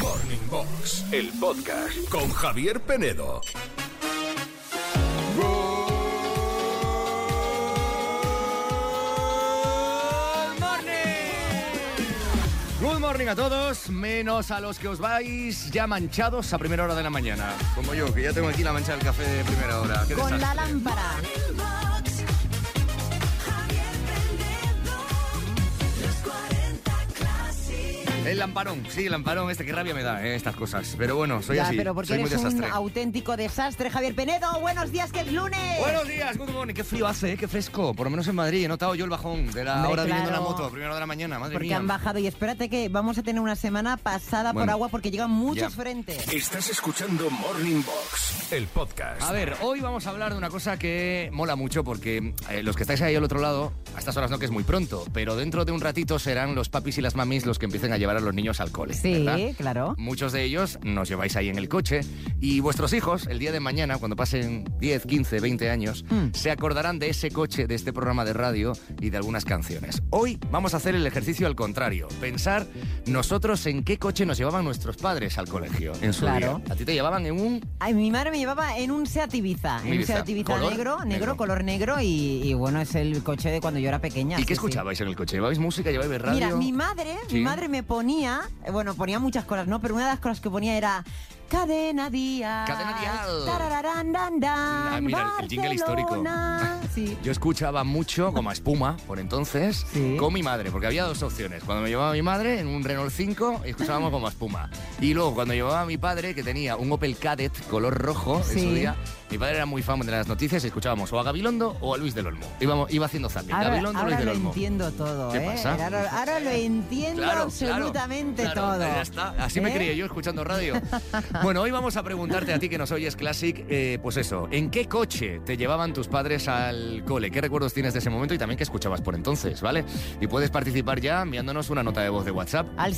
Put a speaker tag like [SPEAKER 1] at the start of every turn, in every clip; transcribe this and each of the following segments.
[SPEAKER 1] Morning Box, el podcast con Javier Penedo.
[SPEAKER 2] Good morning a todos, menos a los que os vais ya manchados a primera hora de la mañana. Como yo, que ya tengo aquí la mancha del café de primera hora. Qué
[SPEAKER 3] Con la
[SPEAKER 2] desastre.
[SPEAKER 3] lámpara.
[SPEAKER 2] El lamparón, sí, el lamparón, este que rabia me da, eh, estas cosas. Pero bueno, soy
[SPEAKER 3] ya,
[SPEAKER 2] así,
[SPEAKER 3] pero porque
[SPEAKER 2] soy muy
[SPEAKER 3] eres un
[SPEAKER 2] desastre.
[SPEAKER 3] auténtico desastre, Javier Penedo. Buenos días, que es lunes.
[SPEAKER 2] Buenos días, good morning. Qué frío hace, eh, qué fresco. Por lo menos en Madrid he notado yo el bajón de la
[SPEAKER 3] Hombre,
[SPEAKER 2] hora viniendo en la
[SPEAKER 3] claro.
[SPEAKER 2] moto, a primera hora de la mañana, madre
[SPEAKER 3] porque
[SPEAKER 2] mía.
[SPEAKER 3] han bajado y espérate que vamos a tener una semana pasada por
[SPEAKER 2] Bueno,
[SPEAKER 3] agua porque llegan
[SPEAKER 2] ya.
[SPEAKER 3] muchos frentes.
[SPEAKER 1] Estás escuchando Morning Box, el podcast.
[SPEAKER 2] A ver, hoy vamos a hablar de una cosa que mola mucho porque eh, los que estáis ahí al otro lado, a estas horas no que es muy pronto, pero dentro de un ratito serán los papis y las mamis los que empiecen a llevar a los niños al cole.
[SPEAKER 3] Sí,
[SPEAKER 2] ¿verdad?
[SPEAKER 3] claro.
[SPEAKER 2] Muchos de ellos nos lleváis ahí en el coche y vuestros hijos, el día de mañana, cuando pasen 10, 15, 20 años,
[SPEAKER 3] Mm.
[SPEAKER 2] se acordarán de ese coche, de este programa de radio y de algunas canciones. Hoy vamos a hacer el ejercicio al contrario, pensar nosotros en qué coche nos llevaban nuestros padres al colegio en su
[SPEAKER 3] Claro.
[SPEAKER 2] día. A ti te llevaban en un
[SPEAKER 3] Ay, mi madre me llevaba en un Seat Ibiza, en un
[SPEAKER 2] Ibiza.
[SPEAKER 3] Seat Ibiza
[SPEAKER 2] ¿Color?
[SPEAKER 3] negro, negro,
[SPEAKER 2] Negro.
[SPEAKER 3] color negro y, y bueno, es el coche de cuando yo era
[SPEAKER 2] ¿Y
[SPEAKER 3] pequeña. sí, sí.
[SPEAKER 2] qué escuchabais en el coche? ¿Llevabais música? ¿Llevabais radio?
[SPEAKER 3] Mira, mi madre,
[SPEAKER 2] Sí.
[SPEAKER 3] mi madre me ponía, eh, bueno, ponía muchas cosas, ¿no? Pero una de las cosas que ponía era Cadena Díaz.
[SPEAKER 2] Cadena Dial.
[SPEAKER 3] tarararán, dan, dan,
[SPEAKER 2] Ah, mira, el- el jingle histórico.
[SPEAKER 3] Barcelona. Sí.
[SPEAKER 2] Yo escuchaba mucho como a espuma por entonces
[SPEAKER 3] Sí.
[SPEAKER 2] con mi madre, porque había dos opciones. Cuando me llevaba mi madre en un Renault 5, escuchábamos como a espuma. Y luego cuando llevaba a mi padre, que tenía un Opel Cadet color rojo en su
[SPEAKER 3] Sí.
[SPEAKER 2] día, mi padre era muy fan de las noticias y escuchábamos o a Gabilondo o a Luis del Olmo. Íbamos, iba haciendo zapping.
[SPEAKER 3] Ahora,
[SPEAKER 2] Gabilondo,
[SPEAKER 3] ahora
[SPEAKER 2] Luis del
[SPEAKER 3] lo
[SPEAKER 2] Olmo.
[SPEAKER 3] entiendo todo,
[SPEAKER 2] ¿Qué
[SPEAKER 3] ¿eh?
[SPEAKER 2] pasa?
[SPEAKER 3] Ahora, ahora lo entiendo absolutamente
[SPEAKER 2] claro,
[SPEAKER 3] todo.
[SPEAKER 2] Ya está. Así me
[SPEAKER 3] ¿Eh?
[SPEAKER 2] crié yo escuchando radio. bueno, hoy vamos a preguntarte a ti que nos oyes Classic, eh, pues eso, ¿en qué coche te llevaban tus padres al cole? ¿Qué recuerdos tienes de ese momento y también qué escuchabas por entonces, ¿vale? Y puedes participar ya enviándonos una nota de voz de WhatsApp.
[SPEAKER 3] Al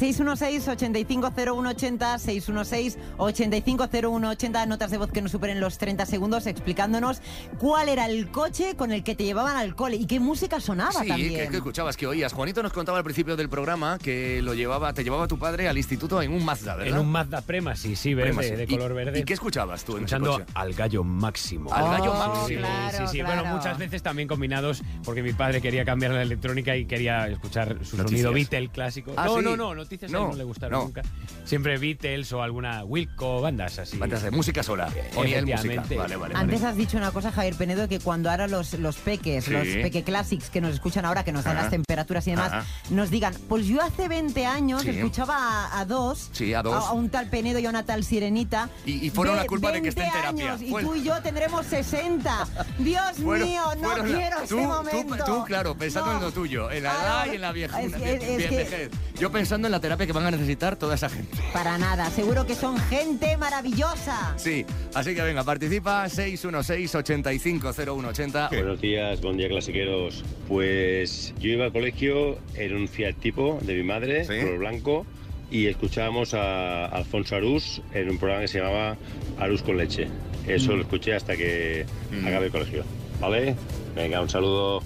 [SPEAKER 3] 616-850180, 616-850180, notas de voz que no superen los 30 segundos, explicándonos cuál era el coche con el que te llevaban al cole y qué música sonaba
[SPEAKER 2] sí, que,
[SPEAKER 3] Ah, también.
[SPEAKER 2] que escuchabas, que oías. Juanito nos contaba al principio del programa que lo llevaba, te llevaba tu padre al instituto en un Mazda, ¿verdad?
[SPEAKER 4] En un Mazda Premacy, sí, verde,
[SPEAKER 2] Premacy.
[SPEAKER 4] de
[SPEAKER 2] ¿Y-
[SPEAKER 4] color verde.
[SPEAKER 2] ¿Y qué escuchabas tú en ese
[SPEAKER 4] Escuchando
[SPEAKER 2] coche?
[SPEAKER 4] al gallo máximo.
[SPEAKER 2] Al gallo
[SPEAKER 3] Oh,
[SPEAKER 2] máximo.
[SPEAKER 4] Sí,
[SPEAKER 3] claro,
[SPEAKER 4] sí, sí. Bueno,
[SPEAKER 3] claro.
[SPEAKER 4] muchas veces también combinados, porque mi padre quería cambiar la electrónica y quería escuchar su
[SPEAKER 2] Noticias.
[SPEAKER 4] sonido Beatle clásico.
[SPEAKER 2] Ah,
[SPEAKER 4] no,
[SPEAKER 2] sí.
[SPEAKER 4] no, no, noticias a él
[SPEAKER 2] No,
[SPEAKER 4] no, le gustaron
[SPEAKER 2] no.
[SPEAKER 4] nunca. Siempre Beatles o alguna Wilco, bandas así.
[SPEAKER 2] Bandas de música sola. Ponía el música.
[SPEAKER 4] Efectivamente.
[SPEAKER 2] Vale, vale. vale.
[SPEAKER 3] Antes has dicho una cosa, Javier Penedo, que cuando ahora los, los peques,
[SPEAKER 2] Sí.
[SPEAKER 3] los peque classics que nos escuchan ahora, que nos dan
[SPEAKER 2] Ajá.
[SPEAKER 3] las temperaturas y demás,
[SPEAKER 2] Ajá.
[SPEAKER 3] nos digan, pues yo hace 20 años
[SPEAKER 2] Sí.
[SPEAKER 3] escuchaba a, a dos,
[SPEAKER 2] Sí, a dos.
[SPEAKER 3] a un tal Penedo y a una tal Sirenita.
[SPEAKER 2] Y- y fueron la culpa de que esté en
[SPEAKER 3] 20
[SPEAKER 2] terapia.
[SPEAKER 3] años, y
[SPEAKER 2] Fueron-
[SPEAKER 3] tú y yo tendremos 60. Dios
[SPEAKER 2] Fueron-
[SPEAKER 3] mío, no
[SPEAKER 2] fueron la-
[SPEAKER 3] quiero
[SPEAKER 2] tú,
[SPEAKER 3] ese
[SPEAKER 2] tú-
[SPEAKER 3] momento.
[SPEAKER 2] Tú, claro, pensando
[SPEAKER 3] No.
[SPEAKER 2] en lo tuyo, en la
[SPEAKER 3] Ah,
[SPEAKER 2] edad y en la vieja.
[SPEAKER 3] es
[SPEAKER 2] una
[SPEAKER 3] que-
[SPEAKER 2] vie-
[SPEAKER 3] es que-
[SPEAKER 2] viejez. Yo pensando en la terapia que van a necesitar toda esa gente.
[SPEAKER 3] Para nada, seguro que son gente maravillosa.
[SPEAKER 2] Sí, así que venga, participa 616-850180.
[SPEAKER 5] Buenos días, buen día clasiqueros. Pues yo iba al colegio en un Fiat tipo de mi madre,
[SPEAKER 2] Sí.
[SPEAKER 5] color blanco, y escuchábamos a Alfonso Arús en un programa que se llamaba Arús con leche. Eso lo escuché hasta que
[SPEAKER 2] Mm.
[SPEAKER 5] acabé el colegio. ¿Vale? Venga, un saludo.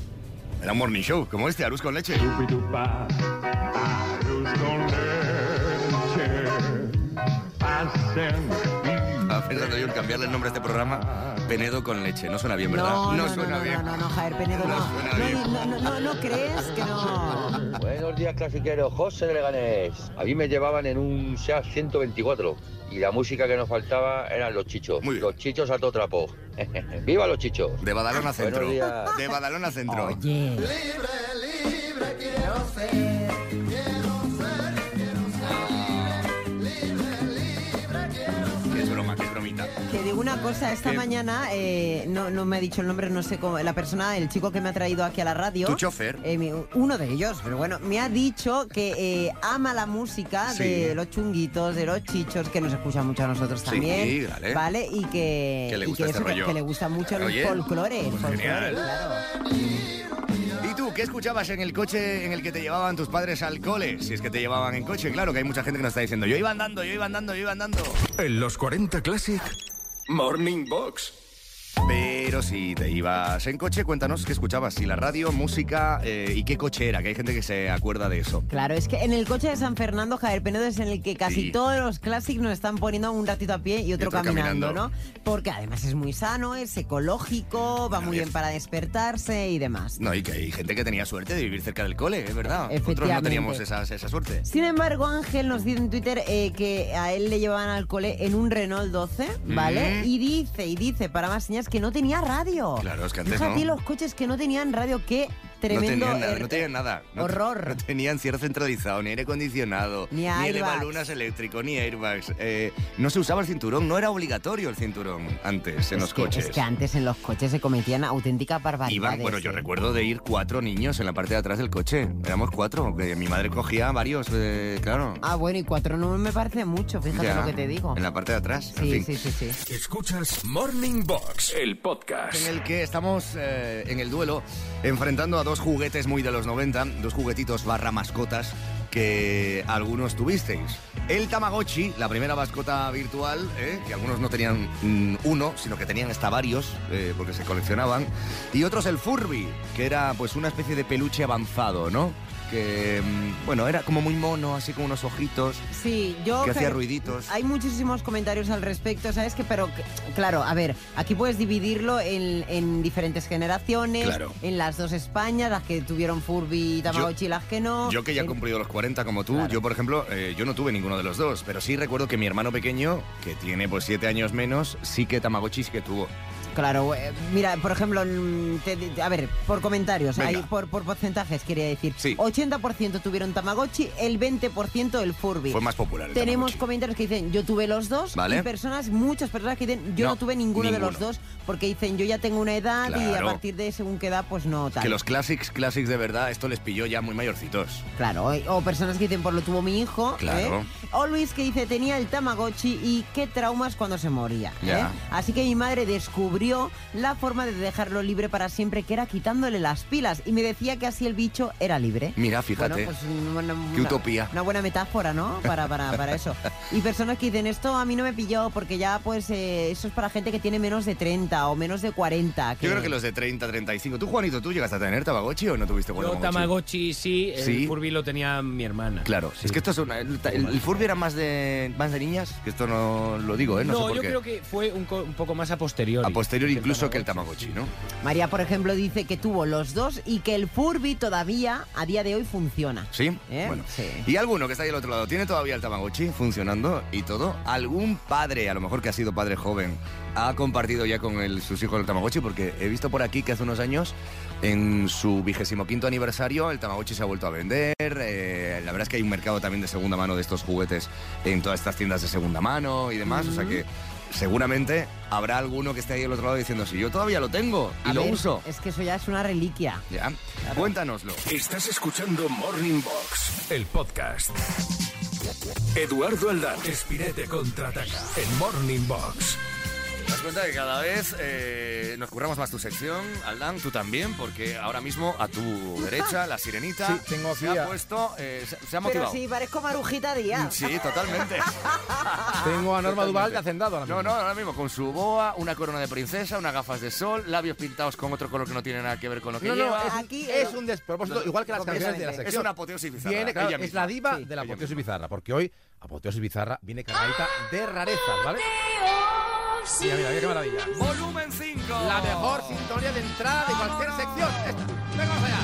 [SPEAKER 2] Era un morning show, como este, Arús con leche.
[SPEAKER 6] Dupidupa, arroz con leche, hacen
[SPEAKER 2] Ah, Fernando yo en cambiarle el nombre a este programa, Penedo con leche. No suena bien, ¿verdad?
[SPEAKER 3] No, no,
[SPEAKER 2] suena
[SPEAKER 3] no,
[SPEAKER 2] bien.
[SPEAKER 3] No, no, no, Javier Penedo,
[SPEAKER 2] No
[SPEAKER 3] no.
[SPEAKER 2] suena
[SPEAKER 3] No,
[SPEAKER 2] bien.
[SPEAKER 3] no, no, no, no crees que no.
[SPEAKER 7] Buenos días, clasiqueros. José de Leganés. A mí me llevaban en un Seat 124 y la música que nos faltaba eran los chichos.
[SPEAKER 2] Muy bien.
[SPEAKER 7] Los chichos a todo trapo. ¡Viva los chichos!
[SPEAKER 2] De Badalona Centro.
[SPEAKER 7] días.
[SPEAKER 2] De Badalona Centro.
[SPEAKER 3] Oye.
[SPEAKER 2] Que es broma, que es bromita.
[SPEAKER 3] Te digo una cosa, esta
[SPEAKER 2] ¿Qué?
[SPEAKER 3] mañana eh, no, no me ha dicho el nombre, no sé cómo, la persona, el chico que me ha traído aquí a la radio.
[SPEAKER 2] Tu chofer.
[SPEAKER 3] eh, mi- uno de ellos, pero bueno, me ha dicho que eh, ama la música
[SPEAKER 2] Sí.
[SPEAKER 3] de los chunguitos, de los chichos, que nos escuchan mucho a nosotros
[SPEAKER 2] Sí,
[SPEAKER 3] también.
[SPEAKER 2] vale.
[SPEAKER 3] Y que,
[SPEAKER 2] Que le
[SPEAKER 3] y
[SPEAKER 2] gusta este
[SPEAKER 3] eso,
[SPEAKER 2] rollo.
[SPEAKER 3] que le gusta mucho
[SPEAKER 2] Oye,
[SPEAKER 3] el folclore. el
[SPEAKER 2] pues
[SPEAKER 3] folclore,
[SPEAKER 2] genial.
[SPEAKER 3] claro.
[SPEAKER 2] ¿Y tú qué escuchabas en el coche en el que te llevaban tus padres al cole? Si es que te llevaban en coche, claro que hay mucha gente que nos está diciendo, yo iba andando, yo iba andando, yo iba andando.
[SPEAKER 1] En los 40 Classic, Morning Box.
[SPEAKER 2] Pero si te ibas en coche, cuéntanos qué escuchabas, si la radio, música eh, y qué coche era, que hay gente que se acuerda de eso.
[SPEAKER 3] Claro, es que en el coche de San Fernando, Javier Penedo, es en el que casi
[SPEAKER 2] Sí.
[SPEAKER 3] todos los clásicos nos están poniendo un ratito a pie y otro,
[SPEAKER 2] otro
[SPEAKER 3] caminando,
[SPEAKER 2] caminando.
[SPEAKER 3] ¿no? Porque además es muy sano, es ecológico, va muy
[SPEAKER 2] Javier.
[SPEAKER 3] bien para despertarse y demás.
[SPEAKER 2] No, y que hay gente que tenía suerte de vivir cerca del cole, es verdad. Nosotros no
[SPEAKER 3] Efectivamente.
[SPEAKER 2] teníamos esas- esa suerte.
[SPEAKER 3] Sin embargo, Ángel nos dice en Twitter eh, que a él le llevaban al cole en un Renault 12, ¿vale?
[SPEAKER 2] Mm.
[SPEAKER 3] Y dice, y dice, para más señas, que no tenía radio.
[SPEAKER 2] Claro, es que antes
[SPEAKER 3] Fíjate
[SPEAKER 2] no.
[SPEAKER 3] los coches que no tenían radio, qué tremendo...
[SPEAKER 2] no tenían nada,
[SPEAKER 3] er-
[SPEAKER 2] no tenían nada. No te-
[SPEAKER 3] horror.
[SPEAKER 2] No tenían cierre centralizado, ni aire acondicionado,
[SPEAKER 3] Ni airbags.
[SPEAKER 2] elevalunas eléctrico, ni airbags. Eh, no se usaba el cinturón, no era obligatorio el cinturón antes en
[SPEAKER 3] Es
[SPEAKER 2] los
[SPEAKER 3] que-
[SPEAKER 2] coches.
[SPEAKER 3] Es que antes en los coches se cometían auténticas barbaridades.
[SPEAKER 2] Iban, bueno, yo
[SPEAKER 3] ¿eh?
[SPEAKER 2] recuerdo de ir cuatro niños en la parte de atrás del coche. Éramos cuatro, que mi madre cogía varios, eh, claro.
[SPEAKER 3] Ah, bueno, y cuatro no me parece mucho, fíjate
[SPEAKER 2] Ya,
[SPEAKER 3] lo que te digo.
[SPEAKER 2] En la parte de atrás. en
[SPEAKER 3] Sí,
[SPEAKER 2] fin.
[SPEAKER 3] sí, sí, sí.
[SPEAKER 1] Escuchas Morning Box, el podcast.
[SPEAKER 2] en el que estamos eh, en el duelo enfrentando a dos juguetes muy de los 90, dos juguetitos barra mascotas que algunos tuvisteis. El Tamagotchi, la primera mascota virtual, ¿eh? que algunos no tenían mm, uno, sino que tenían hasta varios, eh, porque se coleccionaban. Y otros el Furby, que era pues una especie de peluche avanzado, ¿no? Que, mm, bueno, era como muy mono, así con unos ojitos,
[SPEAKER 3] Sí, yo...
[SPEAKER 2] que hacía
[SPEAKER 3] Javier,
[SPEAKER 2] ruiditos.
[SPEAKER 3] Hay muchísimos comentarios al respecto, ¿sabes? Que, pero, que- claro, a ver, aquí puedes dividirlo en, en diferentes generaciones,
[SPEAKER 2] Claro.
[SPEAKER 3] en las dos Españas, las que tuvieron Furby y Tamagotchi y las que no.
[SPEAKER 2] Yo que ya he
[SPEAKER 3] En-
[SPEAKER 2] cumplido los 40 como tú,
[SPEAKER 3] Claro.
[SPEAKER 2] yo por ejemplo, eh, yo no tuve ninguno de los dos, pero sí recuerdo que mi hermano pequeño, que tiene pues 7 años menos, sí que Tamagotchi sí que tuvo.
[SPEAKER 3] Claro, eh, mira, por ejemplo, mm, te- te- a ver, por comentarios,
[SPEAKER 2] Venga.
[SPEAKER 3] hay- por, por porcentajes quería decir.
[SPEAKER 2] Sí.
[SPEAKER 3] 80% tuvieron Tamagotchi, el 20% el Furby.
[SPEAKER 2] Fue más popular. el
[SPEAKER 3] Tenemos
[SPEAKER 2] Tamagotchi.
[SPEAKER 3] comentarios que dicen, yo tuve los dos.
[SPEAKER 2] Vale.
[SPEAKER 3] Y personas, muchas personas que dicen, yo no,
[SPEAKER 2] No,
[SPEAKER 3] tuve ninguno, de los
[SPEAKER 2] ninguno.
[SPEAKER 3] dos, porque dicen, yo ya tengo una edad y a
[SPEAKER 2] Claro.
[SPEAKER 3] partir de según qué edad, pues no tal.
[SPEAKER 2] que los classics, classics de verdad, esto les pilló ya muy mayorcitos.
[SPEAKER 3] Claro, eh, o, o personas que dicen, por lo tuvo mi hijo.
[SPEAKER 2] Claro.
[SPEAKER 3] ¿eh? O Luis que dice, tenía el Tamagotchi y qué traumas cuando se moría. ¿eh?
[SPEAKER 2] Ya.
[SPEAKER 3] Así que mi madre descubrió la forma de dejarlo libre para siempre, que era quitándole las pilas. Y me decía que así el bicho era libre.
[SPEAKER 2] Mira, fíjate.
[SPEAKER 3] Bueno, pues un- una, una-
[SPEAKER 2] Qué utopía.
[SPEAKER 3] Una buena metáfora, ¿no? Para, para, para eso. Y personas que dicen, esto a mí no me pilló porque ya, pues, eh, eso es para gente que tiene menos de 30 o menos de 40.
[SPEAKER 2] Yo creo que los de 30, 35. ¿Tú, Juanito, tú llegaste a tener Tamagotchi o no tuviste
[SPEAKER 4] Yo
[SPEAKER 2] Tamagotchi?
[SPEAKER 4] Tamagotchi sí, el
[SPEAKER 2] Sí.
[SPEAKER 4] Furby lo tenía mi hermana.
[SPEAKER 2] Claro,
[SPEAKER 4] Sí.
[SPEAKER 2] es que esto es una... El, el- el Furby era más de, más de niñas, que esto no lo digo, ¿eh? No, sé por
[SPEAKER 4] yo
[SPEAKER 2] qué.
[SPEAKER 4] creo que fue un, co- un poco más a posteriori.
[SPEAKER 2] A posteriori incluso que el Tamagotchi, ¿no?
[SPEAKER 3] María, por ejemplo, dice que tuvo los dos y que el Furby todavía, a día de hoy, funciona.
[SPEAKER 2] ¿Sí?
[SPEAKER 3] ¿Eh?
[SPEAKER 2] Bueno.
[SPEAKER 3] Sí.
[SPEAKER 2] Y alguno que está ahí al otro lado, ¿tiene todavía el Tamagotchi funcionando y todo? ¿Algún padre, a lo mejor que ha sido padre joven, ha compartido ya con el- sus hijos el Tamagotchi? Porque he visto por aquí que hace unos años, en su vigésimo quinto aniversario, el Tamagotchi se ha vuelto a vender. eh, la verdad es que hay un mercado también de segunda mano de estos juguetes en todas estas tiendas de segunda mano y demás. O sea que seguramente habrá alguno que esté ahí al otro lado diciendo, si yo todavía lo tengo y
[SPEAKER 3] A
[SPEAKER 2] lo
[SPEAKER 3] ver,
[SPEAKER 2] uso.
[SPEAKER 3] Es que eso ya es una reliquia.
[SPEAKER 2] Ya, cuéntanoslo.
[SPEAKER 1] Estás escuchando Morning Box, el podcast. Eduardo Aldán, Espirete contraataca en Morning Box.
[SPEAKER 2] Te das cuenta que cada vez eh, nos curramos más tu sección, Aldán, tú también, porque ahora mismo a tu derecha, la sirenita,
[SPEAKER 8] Sí, tengo aquí
[SPEAKER 2] se ha
[SPEAKER 8] a-
[SPEAKER 2] puesto, eh, se, se ha
[SPEAKER 3] Pero
[SPEAKER 2] motivado.
[SPEAKER 3] sí, parezco Marujita Díaz.
[SPEAKER 2] Sí, totalmente.
[SPEAKER 8] Tengo a Norma
[SPEAKER 2] Totalmente.
[SPEAKER 8] Duval de Hacendado. ahora
[SPEAKER 2] No, no,
[SPEAKER 8] mismo.
[SPEAKER 2] ahora mismo con su boa, una corona de princesa, unas gafas de sol, labios pintados con otro color que no tiene nada que ver con lo que
[SPEAKER 8] No, no,
[SPEAKER 2] lleva.
[SPEAKER 8] es,
[SPEAKER 3] Aquí,
[SPEAKER 8] es
[SPEAKER 3] eh,
[SPEAKER 8] un despropósito, igual que las canciones de la
[SPEAKER 3] completamente.
[SPEAKER 2] Es
[SPEAKER 8] sección.
[SPEAKER 2] una apoteosis bizarra.
[SPEAKER 8] Viene- claro,
[SPEAKER 2] ella
[SPEAKER 8] es
[SPEAKER 2] misma.
[SPEAKER 8] la diva
[SPEAKER 3] Sí,
[SPEAKER 8] de la
[SPEAKER 2] ella
[SPEAKER 8] apoteosis
[SPEAKER 2] misma.
[SPEAKER 8] bizarra, porque hoy apoteosis bizarra viene cargadita de rarezas, ¿vale? Mira, mira, mira qué maravilla.
[SPEAKER 2] Volumen 5.
[SPEAKER 8] La mejor sintonía de entrada de cualquier sección. Es- Venga, vamos allá.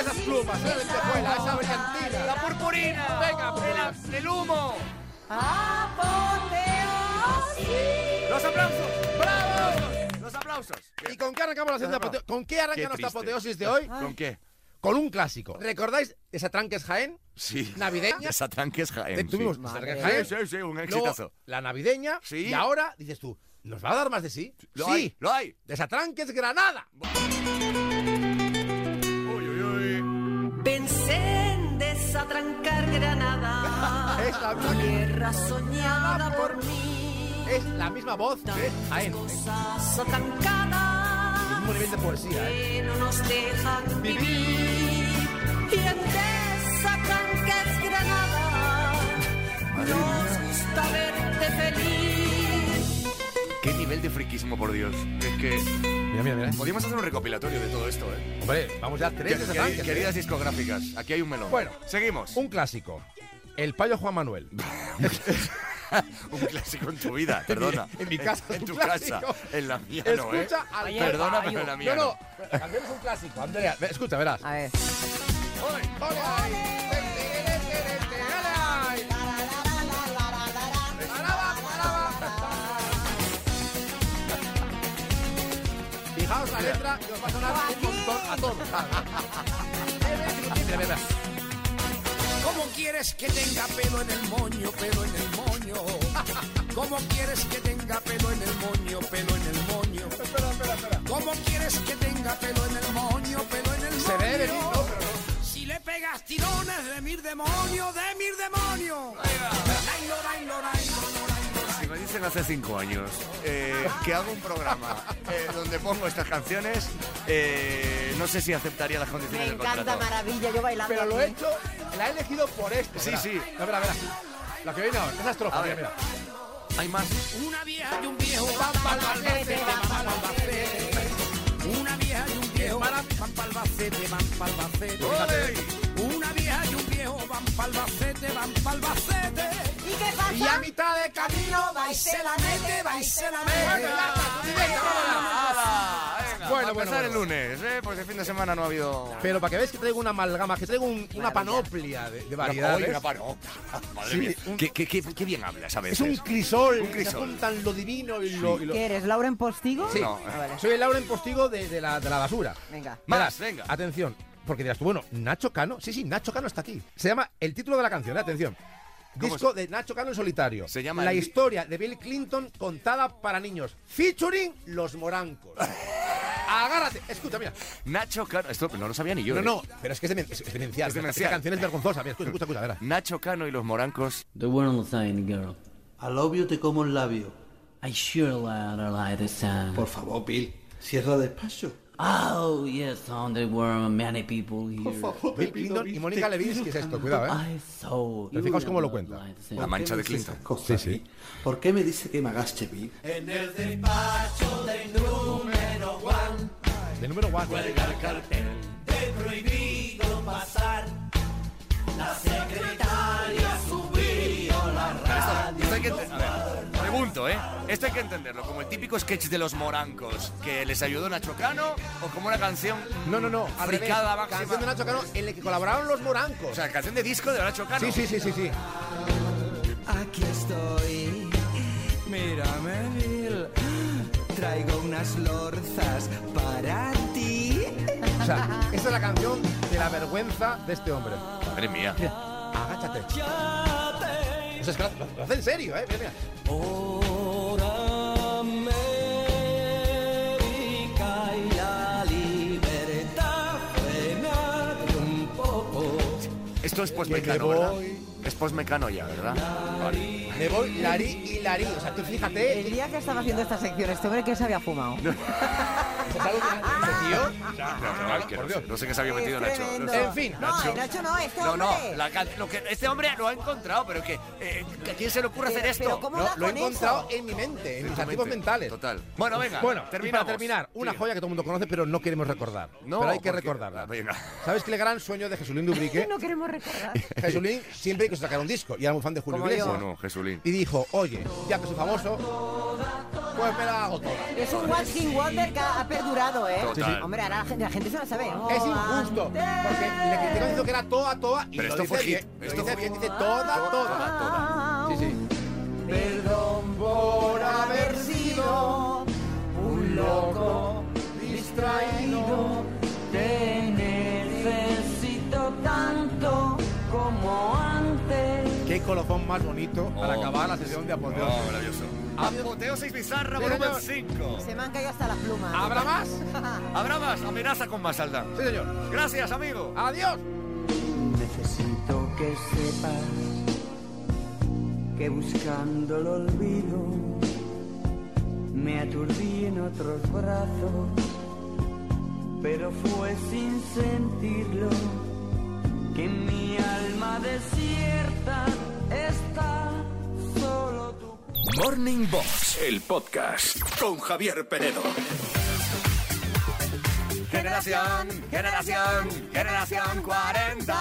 [SPEAKER 8] Esas plumas, esa lentejuela, esa brillantina, la purpurina. Venga, venga.
[SPEAKER 2] El humo. Los aplausos. ¡Bravo! Los aplausos.
[SPEAKER 8] ¿Y con qué arrancamos la sección de apoteo- ¿Con qué arranca
[SPEAKER 2] Qué
[SPEAKER 8] nuestra
[SPEAKER 2] triste.
[SPEAKER 8] apoteosis de hoy?
[SPEAKER 2] ¿Con qué?
[SPEAKER 8] Con un clásico. ¿Recordáis esa tranques Jaén?
[SPEAKER 2] Sí.
[SPEAKER 8] Navideña.
[SPEAKER 2] Desatranques Jaén.
[SPEAKER 8] Eh, Tuvimos
[SPEAKER 2] sí.
[SPEAKER 8] Sarga
[SPEAKER 3] Madre.
[SPEAKER 8] Jaén,
[SPEAKER 2] Sí, sí, sí, un
[SPEAKER 8] luego
[SPEAKER 2] exitazo.
[SPEAKER 8] la navideña.
[SPEAKER 2] Sí.
[SPEAKER 8] Y ahora dices tú, ¿nos va a dar más de sí?
[SPEAKER 2] Lo
[SPEAKER 8] sí.
[SPEAKER 2] hay, lo hay.
[SPEAKER 8] Desatranques Granada.
[SPEAKER 2] Uy, uy, uy.
[SPEAKER 9] Pensé en desatrancar Granada,
[SPEAKER 8] Es la misma,
[SPEAKER 9] tierra soñada por mí.
[SPEAKER 8] es la misma voz de Jaén. ¿eh? Es
[SPEAKER 9] Cosas
[SPEAKER 8] un
[SPEAKER 9] atrancadas
[SPEAKER 8] nivel de poesía, ¿eh?
[SPEAKER 9] que no nos dejan vivir. Y en Desacanques Granada nos gusta verte feliz.
[SPEAKER 2] Qué nivel de friquismo, por Dios. Es que
[SPEAKER 8] Mira, mira, mira.
[SPEAKER 2] podríamos hacer un recopilatorio de todo esto, ¿eh?
[SPEAKER 8] Hombre, vamos ya tres
[SPEAKER 2] Quer-
[SPEAKER 8] desarranques,
[SPEAKER 2] quer-
[SPEAKER 8] ¿eh?
[SPEAKER 2] queridas discográficas, aquí hay un melón.
[SPEAKER 8] Bueno.
[SPEAKER 2] seguimos.
[SPEAKER 8] Un clásico. El payo Juan Manuel.
[SPEAKER 2] un clásico en tu vida, perdona.
[SPEAKER 8] en mi casa es
[SPEAKER 2] En,
[SPEAKER 8] un
[SPEAKER 2] tu
[SPEAKER 8] clásico.
[SPEAKER 2] casa. En la mía no, ¿eh?
[SPEAKER 8] Escucha al
[SPEAKER 2] Oye, Perdona, pero en la mía
[SPEAKER 8] No, no. Cambiemos un clásico. Andrea, ve, escucha, verás.
[SPEAKER 3] A ver.
[SPEAKER 8] Fijaos la letra que os va a sonar un montón a todos. Mira, mira, mira.
[SPEAKER 10] ¿Cómo quieres que tenga pelo en el moño, pelo en el moño? ¿Cómo quieres que tenga pelo en el moño, pelo en el moño?
[SPEAKER 8] Espera, espera, espera.
[SPEAKER 10] ¿Cómo quieres que tenga pelo en el moño, pelo en el moño?
[SPEAKER 8] Se ve venir, ¿no? Pero
[SPEAKER 10] Si le pegas tirones de mir demonio, de mir demonio. Lailo, lailo, lailo, lailo, lailo.
[SPEAKER 2] Si me dicen hace cinco años eh, que hago un programa eh, donde pongo estas canciones, eh, no sé si aceptaría las
[SPEAKER 3] Me
[SPEAKER 2] condiciones del
[SPEAKER 3] encanta,
[SPEAKER 2] contrato.
[SPEAKER 3] maravilla, yo bailando.
[SPEAKER 8] Pero lo he
[SPEAKER 3] aquí.
[SPEAKER 8] hecho, la he elegido por esto.
[SPEAKER 2] Sí,
[SPEAKER 8] verá.
[SPEAKER 2] sí.
[SPEAKER 8] No, verá, verá. La que viene ahora, esa estrofa,
[SPEAKER 2] A
[SPEAKER 8] mira,
[SPEAKER 2] ver.
[SPEAKER 8] mira.
[SPEAKER 2] Hay más.
[SPEAKER 10] Una vieja y un viejo van pa'l Albacete, van pa'l Albacete. Una vieja y un viejo van pa'l Albacete, van pa'l Albacete. Una vieja y un viejo van pa'l Albacete, van pa'l Albacete.
[SPEAKER 3] ¿Y qué pasa?
[SPEAKER 10] Y a mitad de camino va y se la mete, va y se la mete.
[SPEAKER 8] Bueno,
[SPEAKER 2] Bueno,
[SPEAKER 8] bueno,
[SPEAKER 2] bueno, empezar el
[SPEAKER 8] bueno.
[SPEAKER 2] lunes, ¿eh? Pues el fin de semana no ha habido...
[SPEAKER 8] Pero para que veáis que traigo una amalgama, que traigo un- una panoplia de, de variedades.
[SPEAKER 2] Hoy una panopla. Madre
[SPEAKER 8] Sí,
[SPEAKER 2] mía.
[SPEAKER 8] un-
[SPEAKER 2] ¿Qué, qué, qué, qué bien hablas a
[SPEAKER 8] es
[SPEAKER 2] veces.
[SPEAKER 8] un crisol.
[SPEAKER 2] Un
[SPEAKER 8] se
[SPEAKER 2] crisol.
[SPEAKER 8] juntan lo divino y lo... y lo-
[SPEAKER 3] ¿Qué eres, Lauren Postigo?
[SPEAKER 8] Sí.
[SPEAKER 2] No. eh.
[SPEAKER 3] Ah, vale.
[SPEAKER 8] Soy el Lauren Postigo de, de la, de la basura.
[SPEAKER 3] Venga.
[SPEAKER 2] Más,
[SPEAKER 8] Verás,
[SPEAKER 2] venga.
[SPEAKER 8] Atención, porque dirás tú, bueno, Nacho Cano. Sí, sí, Nacho Cano está aquí. Se llama el título de la canción, eh, atención.
[SPEAKER 2] ¿Cómo
[SPEAKER 8] Disco de Nacho Cano en solitario.
[SPEAKER 2] Se llama
[SPEAKER 8] La
[SPEAKER 2] el-
[SPEAKER 8] historia de Bill Clinton contada para niños. Featuring Los Morancos. Agárrate. Escucha, mira.
[SPEAKER 2] Nacho Cano... Esto no lo sabía ni yo.
[SPEAKER 8] No,
[SPEAKER 2] ¿eh?
[SPEAKER 8] no, pero es que es, demen- es- es demencial.
[SPEAKER 2] Es
[SPEAKER 8] Esta-
[SPEAKER 2] demencial.
[SPEAKER 8] Esta canción es vergonzosa. Mira, escucha, escucha, escucha, verás.
[SPEAKER 2] Nacho Cano y los morancos.
[SPEAKER 11] The world sign girl.
[SPEAKER 12] Al obvio te como el labio.
[SPEAKER 11] I sure let her light the sun.
[SPEAKER 12] Por favor, Bill, cierra despacio.
[SPEAKER 11] Oh, yes, on the world, many people
[SPEAKER 12] Por
[SPEAKER 11] here.
[SPEAKER 12] favor,
[SPEAKER 8] Bill
[SPEAKER 12] Pepito,
[SPEAKER 8] Clinton y
[SPEAKER 12] Bill,
[SPEAKER 8] Mónica
[SPEAKER 12] te
[SPEAKER 8] Levinsky es
[SPEAKER 12] quiero
[SPEAKER 8] esto,
[SPEAKER 12] tanto.
[SPEAKER 8] cuidado, ¿eh?
[SPEAKER 11] I saw.
[SPEAKER 8] Pero fijaos cómo lo cuenta.
[SPEAKER 12] ¿Por
[SPEAKER 2] La
[SPEAKER 12] qué
[SPEAKER 2] mancha
[SPEAKER 12] me
[SPEAKER 2] de
[SPEAKER 12] haces
[SPEAKER 2] Clinton.
[SPEAKER 12] esas cosas
[SPEAKER 8] Sí, sí.
[SPEAKER 12] a mí? ¿Por qué me dice que me agaste, Bill?
[SPEAKER 8] ¿eh? De número 4.
[SPEAKER 2] Esto hay que ente- a ver, pregunto, ¿eh? Esto hay que entenderlo. ¿Como el típico sketch de los morancos que les ayudó Nacho Cano o como una canción...
[SPEAKER 8] No, no, no. al revés.
[SPEAKER 2] Fricada máxima.
[SPEAKER 8] Canción de Nacho Cano en la que colaboraron los morancos.
[SPEAKER 2] O sea, canción de disco de Nacho Cano.
[SPEAKER 8] sí, sí, sí, sí, sí.
[SPEAKER 10] Aquí estoy, mírame Bill, traigo unas lorzas para ti.
[SPEAKER 8] O sea, esta es la canción de la vergüenza de este hombre.
[SPEAKER 2] Madre mía.
[SPEAKER 8] Agáchate. O sea, es que lo, lo- lo hace en serio, ¿eh? Mira, mira.
[SPEAKER 10] Por América y la libertad, frenad un poco.
[SPEAKER 2] Esto es
[SPEAKER 8] Que me
[SPEAKER 2] post-mecano, ¿verdad? Es post-mecano ya, ¿verdad? Vale.
[SPEAKER 8] Le voy larí y larí. O sea, tú fíjate.
[SPEAKER 3] El día que estaba haciendo esta sección, este hombre que se había fumado. Ah,
[SPEAKER 8] es algo que- ese tío.
[SPEAKER 2] No, no, no, que
[SPEAKER 8] por
[SPEAKER 2] no,
[SPEAKER 8] Dios.
[SPEAKER 2] sé, no sé qué se había
[SPEAKER 3] Es
[SPEAKER 2] metido Nacho.
[SPEAKER 3] tremendo.
[SPEAKER 2] No sé.
[SPEAKER 8] En fin,
[SPEAKER 3] No, Nacho, no, este
[SPEAKER 2] No,
[SPEAKER 3] hombre.
[SPEAKER 2] no, la can- lo que, este hombre lo ha encontrado, pero que, eh, ¿a quién se le ocurre hacer
[SPEAKER 3] Pero-
[SPEAKER 2] esto?
[SPEAKER 3] pero ¿cómo
[SPEAKER 8] No,
[SPEAKER 3] da
[SPEAKER 8] lo he
[SPEAKER 3] con eso?
[SPEAKER 8] encontrado en mi mente, en mis activos
[SPEAKER 2] Totalmente,
[SPEAKER 8] mentales.
[SPEAKER 2] Total. Bueno, venga.
[SPEAKER 8] Bueno, y para
[SPEAKER 2] terminamos.
[SPEAKER 8] terminar, una
[SPEAKER 2] Sí.
[SPEAKER 8] joya que todo el mundo conoce, pero no Ah, queremos recordar.
[SPEAKER 2] No,
[SPEAKER 8] pero hay que
[SPEAKER 2] porque-
[SPEAKER 8] recordarla.
[SPEAKER 2] Venga.
[SPEAKER 8] ¿Sabes que el gran sueño de Jesulín Dubrique?
[SPEAKER 3] No queremos recordar.
[SPEAKER 8] Jesulín siempre quiso sacar un disco y era muy fan de Julio
[SPEAKER 3] Como
[SPEAKER 8] Iglesias.
[SPEAKER 3] yo.
[SPEAKER 2] Bueno, Jesulín.
[SPEAKER 8] Y dijo, oye, ya que soy famoso, pues me la hago toda.
[SPEAKER 3] Es un One Thing Wonder que ha perdurado, ¿eh?
[SPEAKER 2] Total. Sí, sí.
[SPEAKER 3] Hombre, ahora la gente, la gente se lo sabe.
[SPEAKER 8] Es injusto, porque le criticaron diciendo que era toda, toda, y
[SPEAKER 2] Pero
[SPEAKER 8] lo
[SPEAKER 2] esto
[SPEAKER 8] dice
[SPEAKER 2] fue
[SPEAKER 8] bien,
[SPEAKER 2] hit,
[SPEAKER 8] lo
[SPEAKER 2] esto
[SPEAKER 8] dice
[SPEAKER 2] fue-
[SPEAKER 8] bien, dice toda, toda. Sí, sí. Perdón por haber sido un loco distraído.
[SPEAKER 9] Te necesito tanto como antes.
[SPEAKER 8] Qué colofón más bonito para
[SPEAKER 2] Oh.
[SPEAKER 8] acabar la sesión de
[SPEAKER 2] Oh,
[SPEAKER 8] apoteosis.
[SPEAKER 2] maravilloso. Apoteosis Bizarra,
[SPEAKER 8] Sí,
[SPEAKER 2] volumen
[SPEAKER 8] señor.
[SPEAKER 2] 5.
[SPEAKER 3] Se me han caído hasta las plumas.
[SPEAKER 8] ¿Habrá más? Sí,
[SPEAKER 2] Habrá más, amenaza con más alta.
[SPEAKER 8] señor.
[SPEAKER 2] Gracias, amigo.
[SPEAKER 8] Adiós.
[SPEAKER 10] Necesito que sepas que buscando el olvido me aturdí en otros brazos, pero fue sin sentirlo.
[SPEAKER 9] que en mi alma desierta está solo tu
[SPEAKER 1] Morning Box, el podcast con Javier Penedo.
[SPEAKER 2] Generación, generación, generación 40.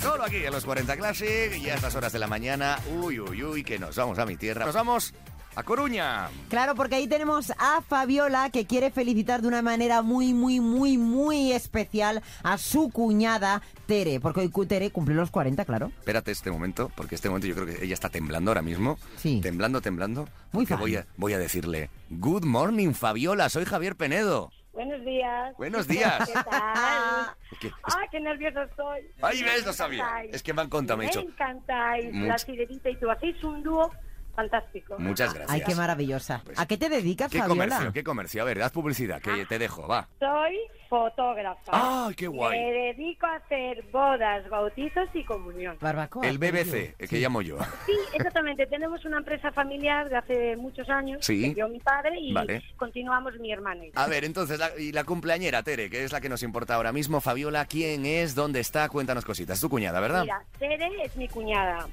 [SPEAKER 2] Solo aquí en los 40 Classic y a estas horas de la mañana, uy, uy, uy, que nos vamos a mi tierra. Nos vamos a Coruña.
[SPEAKER 3] Claro, porque ahí tenemos a Fabiola que quiere felicitar de una manera muy, muy, muy, muy especial a su cuñada Tere, porque hoy cu- Tere cumple los 40, claro.
[SPEAKER 2] Espérate este momento, porque este momento yo creo que ella está temblando ahora mismo.
[SPEAKER 3] Sí.
[SPEAKER 2] Temblando, temblando.
[SPEAKER 3] Muy
[SPEAKER 2] porque
[SPEAKER 3] fan.
[SPEAKER 2] voy a, voy a decirle, Good morning, Fabiola, soy Javier Penedo.
[SPEAKER 13] Buenos días.
[SPEAKER 2] Buenos días.
[SPEAKER 13] ¿Qué tal?
[SPEAKER 2] Es que-
[SPEAKER 13] ¡Ah, qué nervioso estoy!
[SPEAKER 2] Ahí ves, lo sabía.
[SPEAKER 13] Encantáis.
[SPEAKER 2] Es que me han contado, me
[SPEAKER 13] Me
[SPEAKER 2] ha dicho.
[SPEAKER 13] encantáis. La
[SPEAKER 2] Much-
[SPEAKER 13] sirenita y tú hacéis un dúo fantástico.
[SPEAKER 2] Muchas gracias. Pues,
[SPEAKER 3] Ay, qué maravillosa. ¿A qué te dedicas,
[SPEAKER 2] ¿Qué
[SPEAKER 3] Fabiola?
[SPEAKER 2] comercio? ¿Qué comercio? A ver, haz publicidad, que te dejo, va.
[SPEAKER 13] Soy fotógrafa.
[SPEAKER 2] ¡Ah, qué guay!
[SPEAKER 13] Me dedico a hacer bodas, bautizos y comunión.
[SPEAKER 3] Barbacoa.
[SPEAKER 2] El BBC, el que llamo yo.
[SPEAKER 13] Sí, exactamente. Tenemos una empresa familiar de hace muchos años.
[SPEAKER 2] Sí.
[SPEAKER 13] que Yo, mi padre y
[SPEAKER 2] Vale. Ah,
[SPEAKER 13] continuamos mi hermano y yo.
[SPEAKER 2] A ver, entonces, la, y la cumpleañera, Tere, que es la que nos importa ahora mismo. Fabiola, ¿quién es? ¿Dónde está? Cuéntanos cositas. Tu cuñada, ¿verdad?
[SPEAKER 13] Mira, Tere es mi cuñada.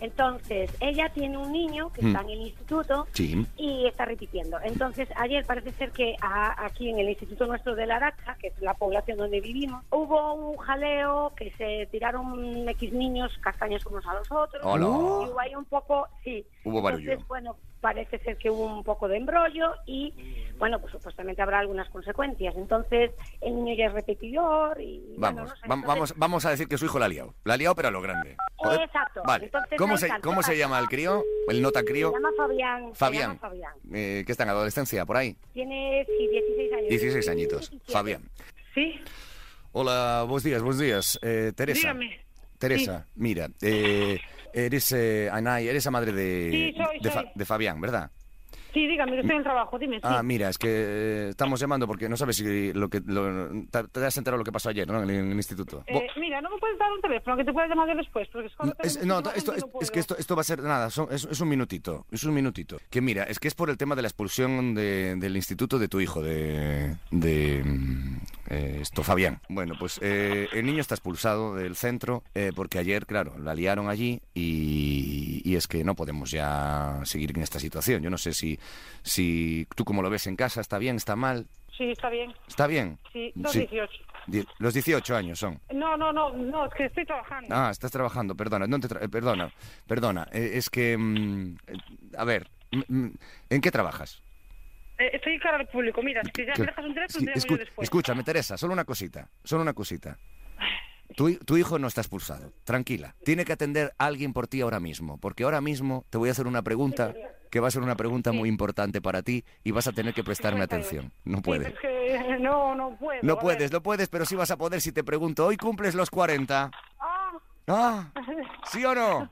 [SPEAKER 13] Entonces, ella tiene un niño que
[SPEAKER 2] Mm.
[SPEAKER 13] está en el instituto
[SPEAKER 2] Sí.
[SPEAKER 13] y está repitiendo. Entonces, ayer parece ser que a- aquí en el instituto nuestro de La Aracha, que es la población donde vivimos, hubo un jaleo que se tiraron X niños castaños unos a los otros.
[SPEAKER 2] Hola.
[SPEAKER 13] Y hubo ahí un poco, sí.
[SPEAKER 2] Hubo barullo.
[SPEAKER 13] Entonces, bueno, parece ser que hubo un poco de embrollo y, bueno, pues supuestamente habrá algunas consecuencias. Entonces, el niño ya es repetidor y,
[SPEAKER 2] Vamos,
[SPEAKER 13] bueno, no sé,
[SPEAKER 2] vam-
[SPEAKER 13] entonces- Eh,
[SPEAKER 2] vamos, vamos a decir que su hijo la ha liado. La ha liado, pero a lo grande. Joder.
[SPEAKER 13] Exacto.
[SPEAKER 2] Vale.
[SPEAKER 13] Entonces,
[SPEAKER 2] ¿Cómo
[SPEAKER 13] ahí
[SPEAKER 2] se,
[SPEAKER 13] está,
[SPEAKER 2] ¿Cómo se
[SPEAKER 13] pasa.
[SPEAKER 2] llama el crío? El nota crío.
[SPEAKER 13] Se llama Fabián. se
[SPEAKER 2] Fabián.
[SPEAKER 13] llama Fabián.
[SPEAKER 2] Eh, ¿Qué está en adolescencia? ¿Por ahí?
[SPEAKER 13] Tiene sí, 16 años.
[SPEAKER 2] 16 añitos. Fabián.
[SPEAKER 13] Sí.
[SPEAKER 2] Hola, buenos días, buenos días. Eh, Teresa.
[SPEAKER 13] Dígame.
[SPEAKER 2] Teresa, mira, eh, eres, eh, Anay, eres la madre de,
[SPEAKER 13] Sí, soy,
[SPEAKER 2] de,
[SPEAKER 13] soy.
[SPEAKER 2] de Fabián, ¿verdad?
[SPEAKER 13] Sí, dígame, que estoy en el trabajo, dime.
[SPEAKER 2] Ah,
[SPEAKER 13] sí.
[SPEAKER 2] mira, es que eh, estamos llamando porque no sabes si lo que lo- te, te has enterado lo que pasó ayer, ¿no? En el, en el instituto. Bo-
[SPEAKER 13] Eh, mira, no me puedes dar un teléfono, que te puedes llamar yo después, porque es cuando
[SPEAKER 2] es,
[SPEAKER 13] tengo
[SPEAKER 2] no,
[SPEAKER 13] muchísima
[SPEAKER 2] esto,
[SPEAKER 13] gente
[SPEAKER 2] es,
[SPEAKER 13] y no
[SPEAKER 2] es que
[SPEAKER 13] puedo.
[SPEAKER 2] esto, esto va a ser nada, son- es, es un minutito, es un minutito. Que mira, es que es por el tema de la expulsión de- del instituto de tu hijo, de, de mm, eh, esto, Fabián. Bueno, pues eh, el niño está expulsado del centro eh, porque ayer, claro, la liaron allí y, y es que no podemos ya seguir en esta situación. Yo no sé si, si tú como lo ves en casa, está bien, está mal,
[SPEAKER 13] Sí, está bien.
[SPEAKER 2] está bien.
[SPEAKER 13] Sí, 218.
[SPEAKER 2] Die- Los 18 años son.
[SPEAKER 13] No, no, no, no, es que estoy trabajando.
[SPEAKER 2] Ah, estás trabajando, perdona, no te tra- eh, perdona, perdona, eh, es que, mm, eh, a ver, mm, mm, ¿en qué trabajas?
[SPEAKER 13] Eh, estoy cara al público, mira, si ya
[SPEAKER 2] Que-
[SPEAKER 13] me dejas un teléfono,
[SPEAKER 2] sí,
[SPEAKER 13] te llamo
[SPEAKER 2] escu-
[SPEAKER 13] yo después.
[SPEAKER 2] Escúchame, Teresa, solo una cosita, solo una cosita. Tu, hi- tu hijo no está expulsado, tranquila. Tiene que atender a alguien por ti ahora mismo, porque ahora mismo te voy a hacer una pregunta que va a ser una pregunta muy importante para ti y vas a tener que prestarme atención. No
[SPEAKER 13] Sí,
[SPEAKER 2] puedes.
[SPEAKER 13] es que no, no puedo. a
[SPEAKER 2] No
[SPEAKER 13] ver.
[SPEAKER 2] puedes, no puedes, pero sí vas a poder si te pregunto, ¿hoy cumples los 40?
[SPEAKER 13] Ah,
[SPEAKER 2] Ah, ¿sí o no?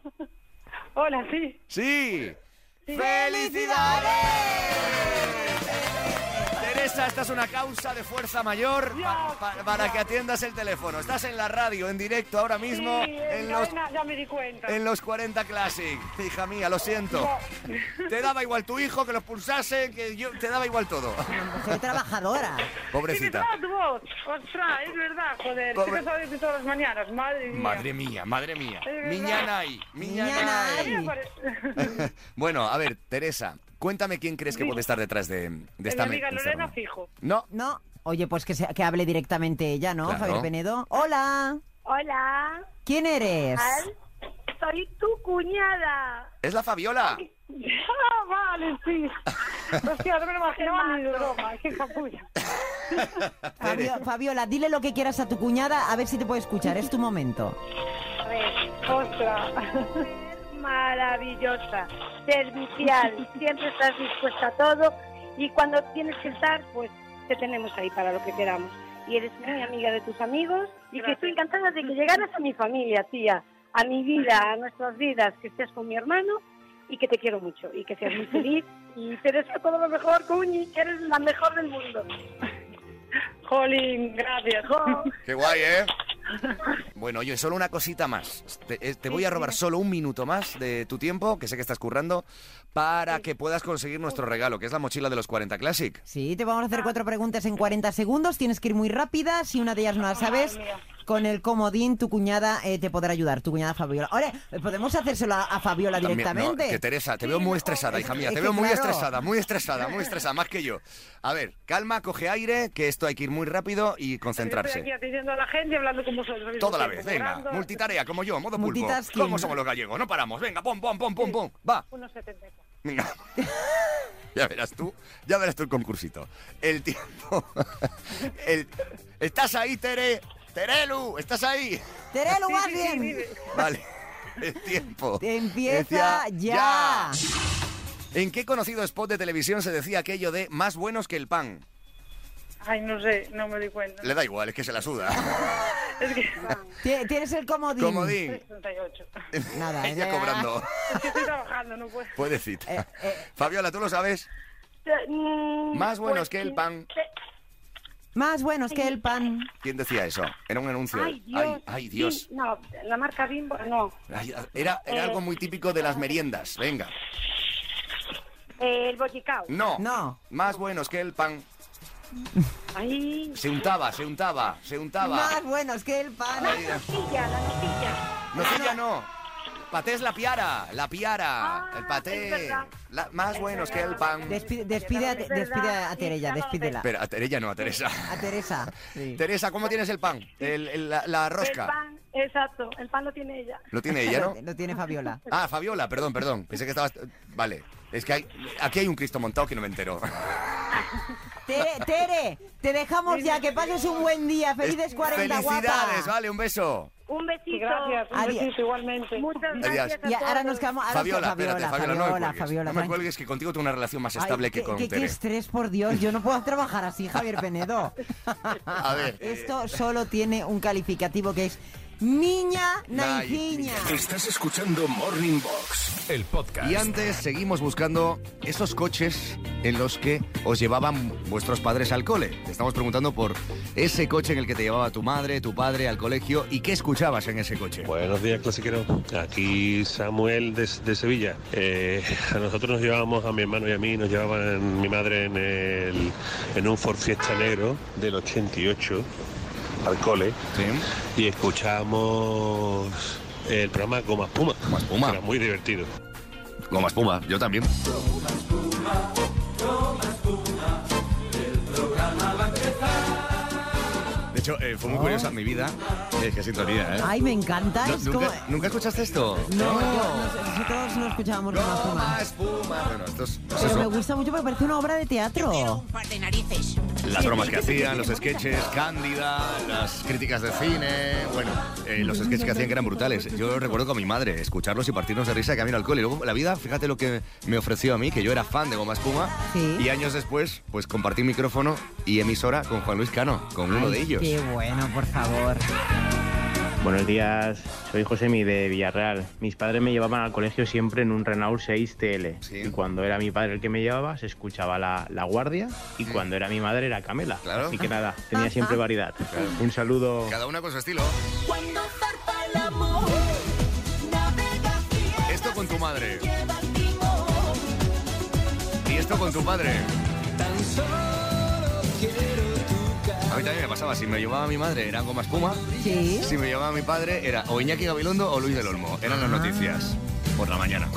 [SPEAKER 13] hola, sí.
[SPEAKER 2] Sí.
[SPEAKER 9] ¡Felicidades!
[SPEAKER 2] Teresa, esta es una causa de fuerza mayor pa- pa- para que atiendas el teléfono. Estás en la radio, en directo ahora mismo,
[SPEAKER 13] Sí,
[SPEAKER 2] en,
[SPEAKER 13] en
[SPEAKER 2] los,
[SPEAKER 13] cadena, ya me di cuenta.
[SPEAKER 2] en los 40 Classic. Hija mía, lo siento. Te daba igual tu hijo, que lo expulsase, que yo, te daba igual todo.
[SPEAKER 3] Soy trabajadora.
[SPEAKER 2] Pobrecita.
[SPEAKER 13] tu voz! ¡Ostras, es verdad, joder!
[SPEAKER 2] Pobre-
[SPEAKER 13] Pobre... que sabes de todas las mañanas, madre mía.
[SPEAKER 2] Madre mía, madre mía.
[SPEAKER 13] Es verdad.
[SPEAKER 2] Miña nai, miña nai.
[SPEAKER 13] Ay, me parece-
[SPEAKER 2] Bueno, a ver, Teresa, cuéntame quién crees que
[SPEAKER 13] Dime.
[SPEAKER 2] puede estar detrás de, de
[SPEAKER 13] Mi
[SPEAKER 2] esta
[SPEAKER 13] amiga
[SPEAKER 2] me-
[SPEAKER 13] Lorena Fijo.
[SPEAKER 2] No.
[SPEAKER 3] No. Oye, pues que, se- que hable directamente ella, ¿no?
[SPEAKER 2] Claro.
[SPEAKER 3] Javier Penedo. Hola.
[SPEAKER 13] Hola,
[SPEAKER 3] ¿Quién eres?
[SPEAKER 13] soy tu cuñada.
[SPEAKER 2] Es la Fabiola.
[SPEAKER 13] Ah, vale, sí. Hostia, no me lo imaginaba ni de broma, qué capulla.
[SPEAKER 3] Fabio- Fabiola, dile lo que quieras a tu cuñada, a ver si te puede escuchar. Es tu momento.
[SPEAKER 13] A ver, ostras. Maravillosa, servicial, siempre estás dispuesta a todo y cuando tienes que estar, pues te tenemos ahí para lo que queramos. Y eres muy amiga de tus amigos y que estoy encantada de que llegaras a mi familia, tía, a mi vida, a nuestras vidas, que estés con mi hermano y que te quiero mucho y que seas muy feliz y te deseo todo lo mejor, Cuñi, que eres la mejor del mundo. Jolín, gracias.
[SPEAKER 2] Qué guay, ¿eh? Bueno, oye, solo una cosita más. Te, eh, te voy a robar solo un minuto más de tu tiempo, que sé que estás currando, para que puedas conseguir nuestro regalo, que es la mochila de los 40 Classic.
[SPEAKER 14] Ah.
[SPEAKER 3] Sí, te vamos a hacer cuatro preguntas en 40 segundos. Tienes que ir muy rápida. Si una de ellas no la sabes, con el comodín tu cuñada eh, te podrá ayudar, tu cuñada Fabiola. Ahora, ¿podemos hacérselo a, a Fabiola
[SPEAKER 2] También,
[SPEAKER 3] directamente?
[SPEAKER 2] no, que Teresa, te veo muy estresada, hija mía.
[SPEAKER 3] es
[SPEAKER 2] Te
[SPEAKER 3] que
[SPEAKER 2] veo muy
[SPEAKER 3] claro.
[SPEAKER 2] estresada, muy estresada, muy estresada, más que yo. A ver, calma, coge aire, que esto hay que ir muy rápido y
[SPEAKER 14] Estoy aquí
[SPEAKER 2] concentrarse.
[SPEAKER 14] atendiendo a la gente y hablando con vosotros. al mismo
[SPEAKER 2] Toda la
[SPEAKER 14] tiempo,
[SPEAKER 2] vez, venga.
[SPEAKER 14] cobrando.
[SPEAKER 2] Multitarea, como yo, modo pulpo.
[SPEAKER 14] Multitasking.
[SPEAKER 2] ¿Cómo somos los gallegos? No paramos, venga, pom, pom, pom, pom, pom. Va,
[SPEAKER 14] 1,70.
[SPEAKER 2] venga. Ya verás tú, ya verás tú el concursito. El tiempo. El... ¿Estás ahí, Tere? Terelu, ¿estás ahí?
[SPEAKER 3] Terelu,
[SPEAKER 14] Sí,
[SPEAKER 3] más
[SPEAKER 14] sí, sí,
[SPEAKER 3] bien.
[SPEAKER 14] dime.
[SPEAKER 2] Vale, el tiempo.
[SPEAKER 3] Empieza
[SPEAKER 2] Decía,
[SPEAKER 3] ya.
[SPEAKER 2] ¿En qué conocido spot de televisión se decía aquello de más buenos que el pan?
[SPEAKER 14] Ay, no sé, no me di cuenta.
[SPEAKER 2] Le da igual, es que se la suda.
[SPEAKER 14] Es que.
[SPEAKER 3] Tie- Tienes el comodín.
[SPEAKER 2] Comodín.
[SPEAKER 14] 38.
[SPEAKER 3] Nada,
[SPEAKER 2] Ella
[SPEAKER 3] ya.
[SPEAKER 2] cobrando.
[SPEAKER 14] Es que estoy trabajando, no puedo.
[SPEAKER 2] Puedecita. Fabiola, ¿tú lo sabes?
[SPEAKER 14] mm,
[SPEAKER 2] Más
[SPEAKER 14] pues
[SPEAKER 2] buenos que el pan.
[SPEAKER 3] Más buenos que el pan.
[SPEAKER 2] ¿Quién decía eso? Era un anuncio.
[SPEAKER 14] Ay, Dios.
[SPEAKER 2] Ay, ay, Dios.
[SPEAKER 14] Bim- no, la marca Bimbo, no.
[SPEAKER 2] Ay, era, era algo muy típico de las meriendas. Venga.
[SPEAKER 14] Eh, el Boyicao.
[SPEAKER 2] No. No. Más buenos que el pan.
[SPEAKER 14] Ay.
[SPEAKER 2] Se untaba, se untaba, se untaba.
[SPEAKER 3] Más buenos que el pan.
[SPEAKER 2] Ah, Ay, Dios.
[SPEAKER 14] Nocilla, la nocilla.
[SPEAKER 2] Nocilla no. Paté es la piara, la piara, el
[SPEAKER 14] Ah, es
[SPEAKER 2] paté.
[SPEAKER 14] verdad.
[SPEAKER 2] La- más buenos que el pan.
[SPEAKER 3] Despide, despide a,
[SPEAKER 14] Es verdad.
[SPEAKER 3] despide a Terella,
[SPEAKER 14] Sí,
[SPEAKER 3] despídela.
[SPEAKER 2] Espera, a Teresa no, a Teresa.
[SPEAKER 3] A Teresa.
[SPEAKER 2] Teresa, ¿cómo tienes el pan? El- el- la, la
[SPEAKER 14] El
[SPEAKER 2] rosca.
[SPEAKER 14] pan, exacto, el pan lo tiene ella.
[SPEAKER 2] Lo tiene ella, ¿no?
[SPEAKER 3] Lo tiene Fabiola.
[SPEAKER 2] Ah, Fabiola, perdón, perdón. Pensé que estabas... Vale. Es que hay, aquí hay un Cristo montado que no me entero.
[SPEAKER 3] Tere, Tere, te dejamos ya. Que pases un buen día. Felices 40,
[SPEAKER 2] Felicidades,
[SPEAKER 3] guapa.
[SPEAKER 2] vale, un beso.
[SPEAKER 14] Un besito.
[SPEAKER 3] Gracias, un Adiós. besito
[SPEAKER 14] igualmente. Muchas gracias.
[SPEAKER 2] Adiós.
[SPEAKER 14] a
[SPEAKER 3] Y ahora
[SPEAKER 14] todos.
[SPEAKER 3] nos quedamos. ahora
[SPEAKER 2] Fabiola,
[SPEAKER 3] nos queda-
[SPEAKER 2] espérate, Fabiola, no me
[SPEAKER 3] Fabiola,
[SPEAKER 2] cuelgues.
[SPEAKER 3] Fabiola,
[SPEAKER 2] no me
[SPEAKER 3] tranqui-
[SPEAKER 2] cuelgues que contigo tengo una relación más
[SPEAKER 3] Ay,
[SPEAKER 2] estable
[SPEAKER 3] qué-
[SPEAKER 2] que con
[SPEAKER 3] qué, qué
[SPEAKER 2] Tere.
[SPEAKER 3] estrés, por Dios. Yo no puedo trabajar así, Javier Penedo.
[SPEAKER 2] A ver. eh,
[SPEAKER 3] Esto solo tiene un calificativo que es niña naiciña.
[SPEAKER 1] Estás escuchando Morning Box, el podcast.
[SPEAKER 2] Y antes seguimos buscando esos coches en los que os llevaban vuestros padres al cole. Te estamos preguntando por ese coche en el que te llevaba tu madre, tu padre al colegio y qué escuchabas en ese coche.
[SPEAKER 15] Buenos días, clasiquero. Aquí Samuel de, de Sevilla. Eh, a nosotros nos llevábamos, a mi hermano y a mí, nos llevaban mi madre en, el- en un Ford Fiesta Negro del 88 al cole. Y escuchábamos el programa Goma Puma. Era muy divertido.
[SPEAKER 2] Goma espuma, yo también. De hecho, eh, fue muy curiosa mi vida. Es que sintonía, ¿eh?
[SPEAKER 3] Ay, me encanta.
[SPEAKER 2] No,
[SPEAKER 3] es como- eh,
[SPEAKER 2] ¿nunca, ¿Nunca escuchaste esto?
[SPEAKER 3] No, yo- nos- nosotros no escuchábamos con más Puma.
[SPEAKER 2] Bueno, esto es- es
[SPEAKER 3] Pero
[SPEAKER 2] eso.
[SPEAKER 3] me gusta mucho porque parece una obra de teatro.
[SPEAKER 16] par de narices.
[SPEAKER 2] Las bromas que hacían, los sketches, Cándida, las críticas de cine, bueno, eh, los sketches que hacían que eran brutales. Yo recuerdo con mi madre escucharlos y partirnos de risa camino al cole. Y luego la vida, fíjate lo que me ofreció a mí, que yo era fan de Goma Espuma. Y años después, pues compartí micrófono y emisora con Juan Luis Cano, con uno
[SPEAKER 3] Ay,
[SPEAKER 2] de ellos.
[SPEAKER 3] Qué bueno, por favor.
[SPEAKER 17] Buenos días, soy Josemi de Villarreal. Mis padres me llevaban al colegio siempre en un Renault 6TL. Y cuando era mi padre el que me llevaba, se escuchaba la, la guardia. Y cuando era mi madre, era Camela. Así que nada, tenía siempre variedad. Un saludo.
[SPEAKER 2] Cada una con su estilo.
[SPEAKER 9] Cuando zarpa el amor,
[SPEAKER 2] Esto con tu madre. Y esto con tu padre. A mí también me pasaba, si me llevaba mi madre era Goma Espuma. Si me llevaba mi padre era o Iñaki Gabilondo o Luis del Olmo. Eran las noticias por la mañana.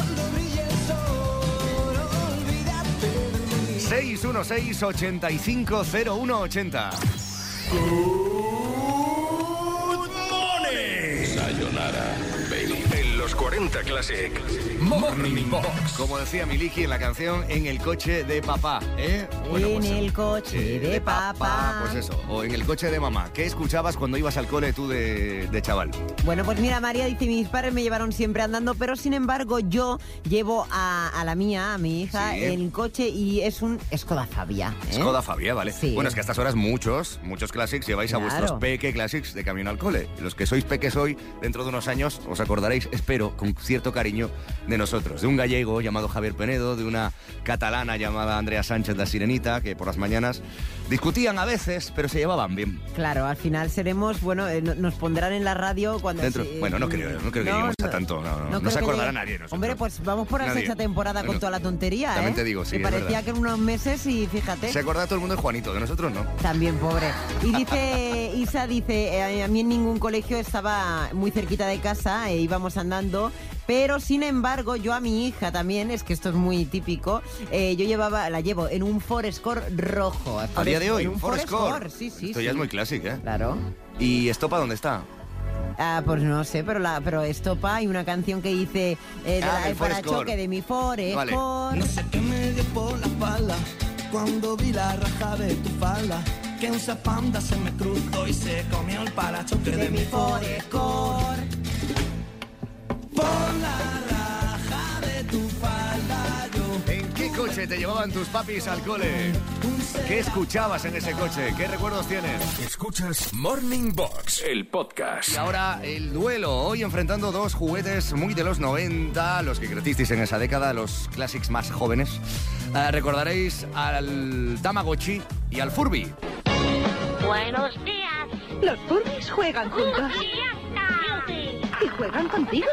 [SPEAKER 2] 616-850180.
[SPEAKER 1] Sayonara, baby. En los 40 Classic. Morning Box.
[SPEAKER 2] Como decía Miliki en la canción, en el coche de papá, ¿eh? Bueno,
[SPEAKER 3] en
[SPEAKER 2] pues,
[SPEAKER 3] el coche
[SPEAKER 2] eh,
[SPEAKER 3] de papá.
[SPEAKER 2] Pues eso, o en el coche de mamá. ¿Qué escuchabas cuando ibas al cole tú de, de chaval?
[SPEAKER 3] Bueno, pues mira, María dice, mis padres me llevaron siempre andando, pero sin embargo yo llevo a, a la mía, a mi hija,
[SPEAKER 2] Sí.
[SPEAKER 3] en coche y es un Skoda Fabia. ¿eh?
[SPEAKER 2] Skoda Fabia, ¿vale? Bueno, es que a estas horas muchos, muchos classics lleváis
[SPEAKER 3] Claro.
[SPEAKER 2] a vuestros peque classics de camino al cole. Y Los que sois peques hoy, dentro de unos años, os acordaréis, espero, con un cierto cariño de nosotros. De un gallego llamado Javier Penedo, de una catalana llamada Andrea Sánchez la Sirenita, que por las mañanas discutían a veces, pero se llevaban bien.
[SPEAKER 3] Claro, al final seremos, bueno, eh, no- nos pondrán en la radio cuando...
[SPEAKER 2] Dentro-
[SPEAKER 3] sí,
[SPEAKER 2] bueno, no creo, no creo que
[SPEAKER 3] no,
[SPEAKER 2] lleguemos a
[SPEAKER 3] no,
[SPEAKER 2] tanto. No, no, no
[SPEAKER 3] creo
[SPEAKER 2] se
[SPEAKER 3] que
[SPEAKER 2] acordará
[SPEAKER 3] llegue-
[SPEAKER 2] nadie. nosotros.
[SPEAKER 3] Hombre, pues vamos por la
[SPEAKER 2] Nadie.
[SPEAKER 3] sexta temporada con
[SPEAKER 2] Bueno,
[SPEAKER 3] toda la tontería,
[SPEAKER 2] también
[SPEAKER 3] ¿eh?
[SPEAKER 2] te digo, sí,
[SPEAKER 3] Que
[SPEAKER 2] es
[SPEAKER 3] parecía
[SPEAKER 2] verdad.
[SPEAKER 3] que en unos meses y fíjate.
[SPEAKER 2] Se acuerda todo el mundo de Juanito, de nosotros no.
[SPEAKER 3] También pobre. Y dice, Isa dice, "Eh, a mí en ningún colegio estaba muy cerquita de casa e íbamos andando. Pero sin embargo, yo a mi hija también, es que esto es muy típico, eh, yo llevaba, la llevo en un Forescore rojo.
[SPEAKER 2] A día de hoy,
[SPEAKER 3] En un
[SPEAKER 2] Forest Core.
[SPEAKER 3] Sí, sí,
[SPEAKER 2] Esto
[SPEAKER 3] sí.
[SPEAKER 2] ya es muy clásico, ¿eh?
[SPEAKER 3] Claro.
[SPEAKER 2] ¿Y esto para dónde está?
[SPEAKER 3] Ah, pues no sé, pero la, pero estopa hay una canción que dice eh, de
[SPEAKER 2] Ah,
[SPEAKER 3] la,
[SPEAKER 2] del
[SPEAKER 3] el parachoque
[SPEAKER 2] Forescore.
[SPEAKER 3] de mi Forescore.
[SPEAKER 2] Vale.
[SPEAKER 11] No sé qué me dio por la espalda cuando vi la raja de tu falda. Que un zapanda se me cruzó y se comió el parachoque de, mi forescore.
[SPEAKER 10] Por la raja de tu falda yo
[SPEAKER 2] ¿En qué coche te llevaban tus papis al cole? ¿Qué escuchabas en ese coche? ¿Qué recuerdos tienes?
[SPEAKER 1] Escuchas Morning Box, el podcast.
[SPEAKER 2] Y ahora el duelo, hoy enfrentando dos juguetes muy de los 90, los que crecisteis en esa década, los clásicos más jóvenes. Ah, recordaréis al Tamagotchi y al Furby.
[SPEAKER 16] Buenos días. Los Furbis juegan juntos. Y juegan contigo.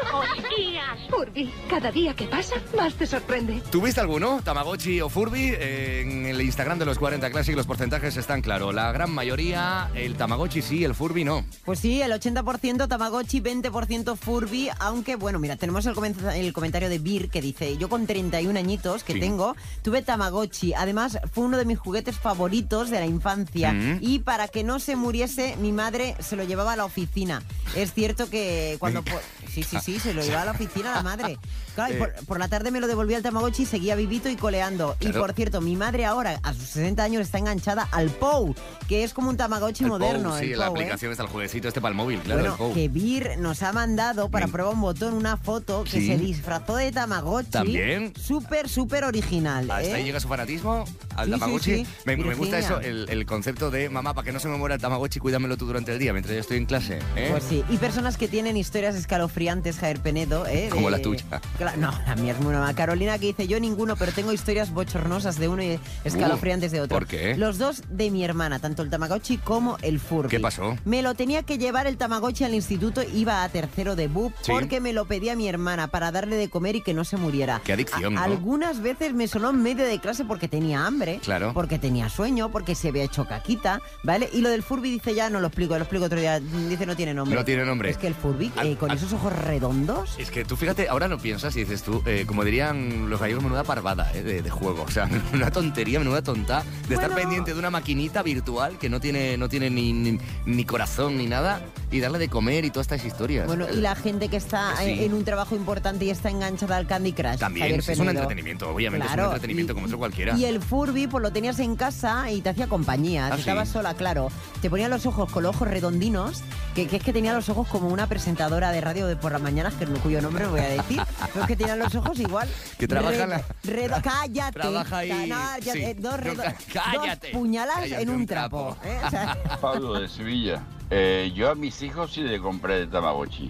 [SPEAKER 16] Furby, cada día que pasa, más te sorprende.
[SPEAKER 2] ¿Tuviste alguno, Tamagotchi o Furby? Eh, en el Instagram de los 40 Classic los porcentajes están claros. La gran mayoría, el Tamagotchi sí, el Furby no.
[SPEAKER 3] Pues sí, el 80% Tamagotchi, 20% Furby, aunque bueno, mira, tenemos el, comen- el comentario de Bir que dice, yo con 31 añitos que
[SPEAKER 16] Sí.
[SPEAKER 3] tengo, tuve Tamagotchi, además fue uno de mis juguetes favoritos de la infancia
[SPEAKER 16] Mm.
[SPEAKER 3] y para que no se muriese, mi madre se lo llevaba a la oficina. Es cierto que cuando... po- Sí, sí, sí, se lo llevaba a la oficina la madre. Claro, y
[SPEAKER 16] Eh.
[SPEAKER 3] por, por la tarde me lo devolvía el Tamagotchi y seguía vivito y coleando. Y
[SPEAKER 16] Claro.
[SPEAKER 3] por cierto, mi madre ahora, a sus 60 años, está enganchada al POU, que es como un Tamagotchi
[SPEAKER 2] El
[SPEAKER 3] moderno.
[SPEAKER 2] Pou, sí,
[SPEAKER 3] el
[SPEAKER 2] la
[SPEAKER 3] Pou, ¿eh?
[SPEAKER 2] aplicación está el jueguecito este para el móvil, claro, el
[SPEAKER 3] bueno,
[SPEAKER 2] Pou. Mm.
[SPEAKER 3] que Vir nos ha mandado para prueba un botón una foto que
[SPEAKER 2] Sí.
[SPEAKER 3] se disfrazó de Tamagotchi.
[SPEAKER 2] También.
[SPEAKER 3] Súper, súper original.
[SPEAKER 2] Ah, Hasta
[SPEAKER 3] ¿eh?
[SPEAKER 2] ahí llega su fanatismo al
[SPEAKER 3] Sí,
[SPEAKER 2] Tamagotchi.
[SPEAKER 3] sí, sí.
[SPEAKER 2] Me, me gusta eso,
[SPEAKER 3] Virginia.
[SPEAKER 2] el, el concepto de mamá, para que no se me muera el Tamagotchi, cuídamelo tú durante el día mientras yo estoy en clase. ¿eh?
[SPEAKER 3] Pues sí, y personas que tienen historias escalofriantes, Javier Penedo. ¿eh?
[SPEAKER 2] Como
[SPEAKER 3] De-
[SPEAKER 2] la tuya.
[SPEAKER 3] Cla- No, la mía es muy nueva. Carolina que dice, yo ninguno, pero tengo historias bochornosas de uno y escalofriantes de otro.
[SPEAKER 2] ¿por qué?
[SPEAKER 3] Los dos de mi hermana, tanto el Tamagotchi como el Furby.
[SPEAKER 2] ¿Qué pasó?
[SPEAKER 3] Me lo tenía que llevar el Tamagotchi al instituto, iba a tercero de BUP,
[SPEAKER 2] Sí.
[SPEAKER 3] porque me lo pedía mi hermana para darle de comer y que no se muriera.
[SPEAKER 2] Qué adicción,
[SPEAKER 3] A-
[SPEAKER 2] ¿no?
[SPEAKER 3] Algunas veces me sonó en medio de clase porque tenía hambre,
[SPEAKER 2] Claro.
[SPEAKER 3] porque tenía sueño, porque se había hecho caquita, ¿vale? Y lo del Furby dice ya, no lo explico, lo explico otro día, dice no tiene nombre.
[SPEAKER 2] No tiene nombre.
[SPEAKER 3] Es que el Furby, eh,
[SPEAKER 2] Al-
[SPEAKER 3] con
[SPEAKER 2] al-
[SPEAKER 3] esos ojos redondos...
[SPEAKER 2] Es que tú fíjate, ahora lo piensas y dices tú, eh, como dirían los gallegos, menuda parvada eh, de, de juego. O sea, una tontería, menuda tonta de estar pendiente de una maquinita virtual que no tiene, no tiene ni, ni, ni corazón ni nada y darle de comer y todas estas historias.
[SPEAKER 3] Bueno, y la gente que está
[SPEAKER 2] Sí.
[SPEAKER 3] eh, en un trabajo importante y está enganchada al Candy Crush.
[SPEAKER 2] También,
[SPEAKER 3] Javier
[SPEAKER 2] es un
[SPEAKER 3] Penedo.
[SPEAKER 2] entretenimiento, obviamente, es
[SPEAKER 3] Claro,
[SPEAKER 2] un entretenimiento como otro cualquiera.
[SPEAKER 3] Y el Furby, pues lo tenías en casa y te hacía compañía.
[SPEAKER 2] Ah,
[SPEAKER 3] te estabas
[SPEAKER 2] sí.
[SPEAKER 3] sola, claro. Te ponía los ojos con los ojos redondinos, que, que es que tenía los ojos como una presentadora de radio de por las mañanas, que no- cuyo nombre no voy a decir, pero es que tenía los ojos igual.
[SPEAKER 2] Que trabaja
[SPEAKER 3] re-
[SPEAKER 2] en la-
[SPEAKER 3] redo- cállate.
[SPEAKER 2] Trabaja ahí,
[SPEAKER 3] ca- no, ya-
[SPEAKER 2] sí.
[SPEAKER 3] eh, dos,
[SPEAKER 2] No,
[SPEAKER 3] redo-
[SPEAKER 2] ca- cállate.
[SPEAKER 3] dos puñalas
[SPEAKER 2] Cállate
[SPEAKER 3] en un
[SPEAKER 2] un
[SPEAKER 3] trapo. ¿eh? O sea,
[SPEAKER 18] Pablo de Sevilla. Eh, yo a mis hijos sí le compré de Tamagotchi.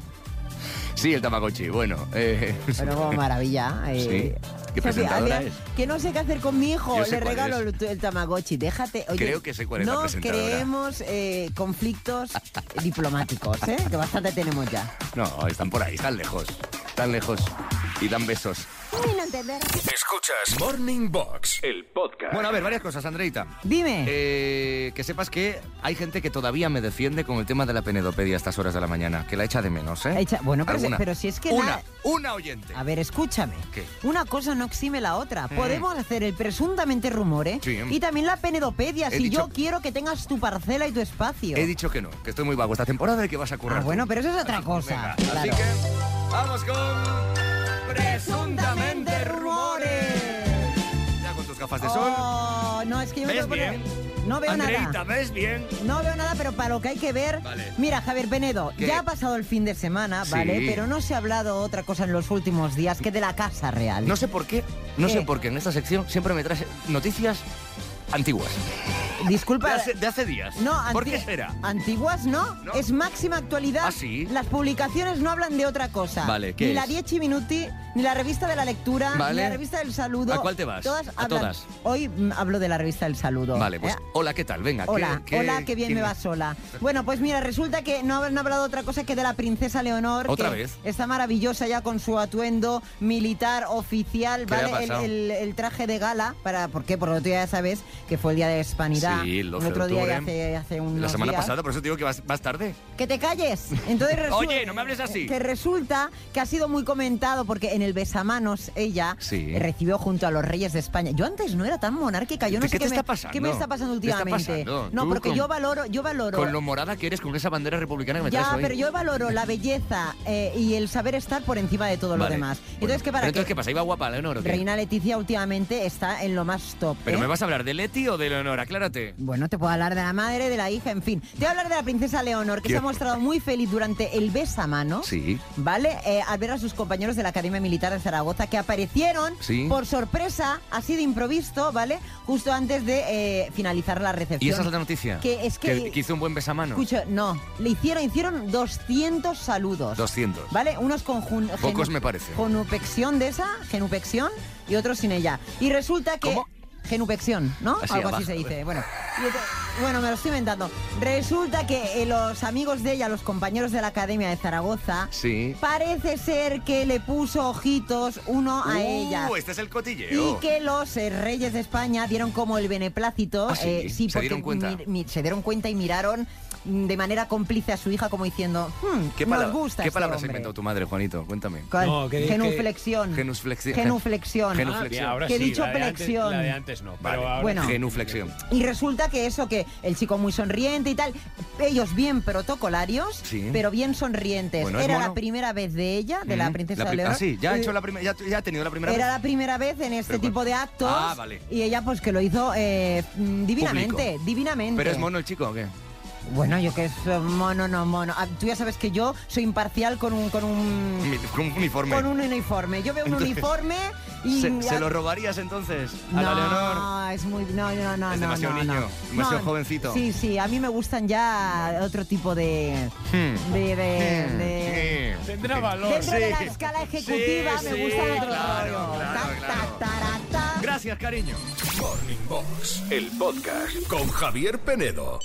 [SPEAKER 2] Sí, el Tamagotchi, bueno. eh,
[SPEAKER 3] bueno, como maravilla. eh.
[SPEAKER 2] Sí. ¿Qué
[SPEAKER 3] O sea, que,
[SPEAKER 2] presentadora
[SPEAKER 3] Adrián,
[SPEAKER 2] es?
[SPEAKER 3] Que no sé qué hacer con mi hijo.
[SPEAKER 2] Yo sé
[SPEAKER 3] Le
[SPEAKER 2] cuál
[SPEAKER 3] regalo
[SPEAKER 2] es.
[SPEAKER 3] el, tu- el Tamagotchi. Déjate. Oye,
[SPEAKER 2] Creo que sé cuál es la
[SPEAKER 3] No
[SPEAKER 2] presentadora.
[SPEAKER 3] creemos eh, conflictos diplomáticos, ¿eh? Que bastante tenemos ya.
[SPEAKER 2] No, están por ahí, están lejos. Están lejos. Y dan besos.
[SPEAKER 1] Escuchas Morning Box,
[SPEAKER 3] Ah,
[SPEAKER 1] el podcast.
[SPEAKER 2] Bueno, a ver, varias cosas, Andreita.
[SPEAKER 3] Dime.
[SPEAKER 2] Eh. que sepas que hay gente que todavía me defiende con el tema de la penedopedia a estas horas de la mañana, que la echa de menos, ¿eh?
[SPEAKER 3] Echa- bueno, pero,
[SPEAKER 2] Alguna.
[SPEAKER 3] pero si es que...
[SPEAKER 2] Una,
[SPEAKER 3] na-
[SPEAKER 2] una oyente.
[SPEAKER 3] A ver, escúchame.
[SPEAKER 2] ¿Qué?
[SPEAKER 3] Una cosa no exime la otra.
[SPEAKER 2] Mm.
[SPEAKER 3] Podemos hacer el presuntamente rumor, ¿eh?
[SPEAKER 2] Sí.
[SPEAKER 3] Y también la penedopedia.
[SPEAKER 2] He
[SPEAKER 3] si
[SPEAKER 2] dicho-
[SPEAKER 3] yo quiero que tengas tu parcela y tu espacio.
[SPEAKER 2] He dicho que no, que estoy muy vago esta temporada y que vas a currar.
[SPEAKER 3] Ah, bueno, pero eso es otra cosa.
[SPEAKER 2] Así
[SPEAKER 3] claro.
[SPEAKER 2] que vamos con presuntamente rumores. Ya con tus gafas de sol.
[SPEAKER 3] Oh, no, es que yo me
[SPEAKER 2] ¿Ves
[SPEAKER 3] tengo que poner- No veo
[SPEAKER 2] Andreita,
[SPEAKER 3] nada.
[SPEAKER 2] ¿ves bien?
[SPEAKER 3] No veo nada, pero para lo que hay que ver.
[SPEAKER 2] Vale.
[SPEAKER 3] Mira, Javier Penedo,
[SPEAKER 2] ¿Qué?
[SPEAKER 3] ya ha pasado el fin de semana,
[SPEAKER 2] Sí.
[SPEAKER 3] ¿vale? Pero no se ha hablado otra cosa en los últimos días que de la Casa Real.
[SPEAKER 2] No sé por qué, no
[SPEAKER 3] ¿Qué?
[SPEAKER 2] sé por qué en esta sección siempre me traes noticias antiguas.
[SPEAKER 3] Disculpa.
[SPEAKER 2] De hace, de hace días.
[SPEAKER 3] No,
[SPEAKER 2] ¿Por
[SPEAKER 3] anti-
[SPEAKER 2] qué será?
[SPEAKER 3] Antiguas no. Es máxima actualidad.
[SPEAKER 2] ¿Ah, sí?
[SPEAKER 3] Las publicaciones no hablan de otra cosa.
[SPEAKER 2] Vale, ¿qué
[SPEAKER 3] Ni la
[SPEAKER 2] es?
[SPEAKER 3] 10 Minuti, ni la revista de la lectura,
[SPEAKER 2] Vale.
[SPEAKER 3] ni la revista del saludo.
[SPEAKER 2] ¿A cuál te vas?
[SPEAKER 3] Todas
[SPEAKER 2] ¿A
[SPEAKER 3] hablan-
[SPEAKER 2] todas?
[SPEAKER 3] Hoy mm, hablo de la revista del saludo.
[SPEAKER 2] Vale, pues
[SPEAKER 3] Eh,
[SPEAKER 2] hola, ¿qué tal? Venga. ¿qué-
[SPEAKER 3] Hola,
[SPEAKER 2] qué-
[SPEAKER 3] hola, qué bien
[SPEAKER 2] quién-
[SPEAKER 3] me va sola. Bueno, pues mira, resulta que no han hablado otra cosa que de la princesa Leonor.
[SPEAKER 2] ¿Otra
[SPEAKER 3] que
[SPEAKER 2] vez?
[SPEAKER 3] Está maravillosa ya con su atuendo militar oficial,
[SPEAKER 2] ¿Qué le ha
[SPEAKER 3] ¿vale? El-
[SPEAKER 2] pasado?
[SPEAKER 3] El, el traje de gala, para, ¿por qué? Porque el otro día ya sabes que fue el día de Hispanidad.
[SPEAKER 2] Sí, el 12 de
[SPEAKER 3] otro día y
[SPEAKER 2] octubre.
[SPEAKER 3] hace, hace unos
[SPEAKER 2] La semana
[SPEAKER 3] días.
[SPEAKER 2] pasada, por eso te digo que vas, vas tarde.
[SPEAKER 3] Que te calles. Entonces resulta,
[SPEAKER 2] Oye, no me hables así.
[SPEAKER 3] Que resulta que ha sido muy comentado porque en el besamanos ella
[SPEAKER 2] Sí.
[SPEAKER 3] recibió junto a los reyes de España. Yo antes no era tan monárquica. Yo no
[SPEAKER 2] ¿Qué-
[SPEAKER 3] sé
[SPEAKER 2] qué
[SPEAKER 3] qué,
[SPEAKER 2] te
[SPEAKER 3] me,
[SPEAKER 2] está pasando?
[SPEAKER 3] qué me está pasando
[SPEAKER 2] ¿Qué está
[SPEAKER 3] últimamente.
[SPEAKER 2] pasando?
[SPEAKER 3] No,
[SPEAKER 2] Tú
[SPEAKER 3] porque
[SPEAKER 2] con-
[SPEAKER 3] yo valoro, yo valoro.
[SPEAKER 2] Con lo morada que eres con esa bandera republicana que me traes
[SPEAKER 3] ya,
[SPEAKER 2] hoy.
[SPEAKER 3] pero yo valoro la belleza eh, y el saber estar por encima de todo lo
[SPEAKER 2] Vale.
[SPEAKER 3] demás.
[SPEAKER 2] Bueno,
[SPEAKER 3] Entonces, ¿qué
[SPEAKER 2] pero
[SPEAKER 3] para
[SPEAKER 2] entonces,
[SPEAKER 3] qué?
[SPEAKER 2] ¿qué pasa? ¿Iba guapa Leonor o qué?
[SPEAKER 3] Reina Leticia últimamente está en lo más top.
[SPEAKER 2] ¿Pero
[SPEAKER 3] ¿eh?
[SPEAKER 2] me vas a hablar de Leti o de Leonor? Aclárate.
[SPEAKER 3] Bueno, te puedo hablar de la madre, de la hija, en fin. Te voy a hablar de la princesa Leonor, que
[SPEAKER 2] ¿Qué?
[SPEAKER 3] se ha mostrado muy feliz durante el besamano.
[SPEAKER 2] Sí.
[SPEAKER 3] ¿Vale? Eh, al ver a sus compañeros de la Academia Militar de Zaragoza que aparecieron
[SPEAKER 2] Sí.
[SPEAKER 3] por sorpresa, así de improviso, ¿vale? Justo antes de eh, finalizar la recepción.
[SPEAKER 2] ¿Y esa es la noticia?
[SPEAKER 3] Que es que...
[SPEAKER 2] que hizo un buen besamano.
[SPEAKER 3] Escucha, no, le hicieron, hicieron 200 saludos.
[SPEAKER 2] 200.
[SPEAKER 3] ¿Vale? Unos con jun- genu-
[SPEAKER 2] Pocos me parece.
[SPEAKER 3] Genupexión de esa, genupexión, y otros sin ella. Y resulta que... Genupexión, ¿no?
[SPEAKER 2] Así,
[SPEAKER 3] Algo
[SPEAKER 2] abajo.
[SPEAKER 3] así se dice. Bueno, y ento- bueno, me lo estoy inventando. Resulta que eh, los amigos de ella, los compañeros de la Academia de Zaragoza,
[SPEAKER 2] Sí.
[SPEAKER 3] parece ser que le puso ojitos uno a ella.
[SPEAKER 2] Uh, este es el
[SPEAKER 3] Y
[SPEAKER 2] cotilleo.
[SPEAKER 3] que los eh, reyes de España dieron como el beneplácito. eh,
[SPEAKER 2] ¿Ah, sí? ¿Se
[SPEAKER 3] porque
[SPEAKER 2] dieron cuenta?
[SPEAKER 3] mi- mi- se dieron cuenta y miraron mm, de manera cómplice a su hija como diciendo, "Hmm,
[SPEAKER 2] ¿Qué,
[SPEAKER 3] nos
[SPEAKER 2] palabra-
[SPEAKER 3] gusta
[SPEAKER 2] ¿qué
[SPEAKER 3] este
[SPEAKER 2] palabras ha
[SPEAKER 3] hombre".
[SPEAKER 2] inventado tu madre, Juanito? Cuéntame.
[SPEAKER 3] ¿Cuál? genuflexión.
[SPEAKER 2] Genuflexión.
[SPEAKER 3] Genuflexión.
[SPEAKER 2] Genuflexión.
[SPEAKER 3] Ah, ahora Que he sí, dicho la de antes- flexión. la de antes
[SPEAKER 4] no,
[SPEAKER 2] Vale.
[SPEAKER 4] pero ahora-
[SPEAKER 3] Bueno.
[SPEAKER 2] Genuflexión.
[SPEAKER 3] Y resulta que eso, que el chico muy sonriente y tal, ellos bien protocolarios,
[SPEAKER 2] Sí.
[SPEAKER 3] pero bien sonrientes.
[SPEAKER 2] Bueno, es
[SPEAKER 3] Era la
[SPEAKER 2] mono.
[SPEAKER 3] primera vez de ella, de la
[SPEAKER 2] Mm.
[SPEAKER 3] princesa
[SPEAKER 2] La pri-
[SPEAKER 3] Leonor.
[SPEAKER 2] Ah, sí, ya ha,
[SPEAKER 3] Eh,
[SPEAKER 2] hecho la primera- ya, ya ha tenido la primera
[SPEAKER 3] Era
[SPEAKER 2] vez.
[SPEAKER 3] la primera vez en este
[SPEAKER 2] Pero
[SPEAKER 3] tipo de actos
[SPEAKER 2] Ah, vale.
[SPEAKER 3] y ella pues que lo hizo eh, mm, divinamente,
[SPEAKER 2] Público.
[SPEAKER 3] divinamente.
[SPEAKER 2] ¿Pero es mono el chico o qué?
[SPEAKER 3] Bueno, yo que soy mono, no mono. Ah, Tú ya sabes que yo soy imparcial con un con un
[SPEAKER 2] Mi- Con un uniforme.
[SPEAKER 3] con un uniforme. Yo veo un
[SPEAKER 2] Entonces,
[SPEAKER 3] uniforme y
[SPEAKER 2] ¿Se, se lo robarías entonces a la
[SPEAKER 3] no,
[SPEAKER 2] Leonor?
[SPEAKER 3] es muy no no no
[SPEAKER 2] Es
[SPEAKER 3] no,
[SPEAKER 2] demasiado
[SPEAKER 3] no, no.
[SPEAKER 2] niño, demasiado jovencito.
[SPEAKER 3] Sí, sí, a mí me gustan ya otro tipo de
[SPEAKER 2] Hmm.
[SPEAKER 3] de, de,
[SPEAKER 2] Hmm.
[SPEAKER 3] de-
[SPEAKER 2] Sí.
[SPEAKER 4] Tendrá
[SPEAKER 3] Dentro de la
[SPEAKER 2] Sí.
[SPEAKER 3] escala ejecutiva
[SPEAKER 2] Sí,
[SPEAKER 3] me
[SPEAKER 2] sí,
[SPEAKER 3] gustan otros
[SPEAKER 2] claro,
[SPEAKER 3] rollos.
[SPEAKER 2] claro,
[SPEAKER 3] Ta,
[SPEAKER 2] claro.
[SPEAKER 3] ta, tarata.
[SPEAKER 2] Gracias, cariño.
[SPEAKER 1] Morning Box, el podcast con Javier Penedo.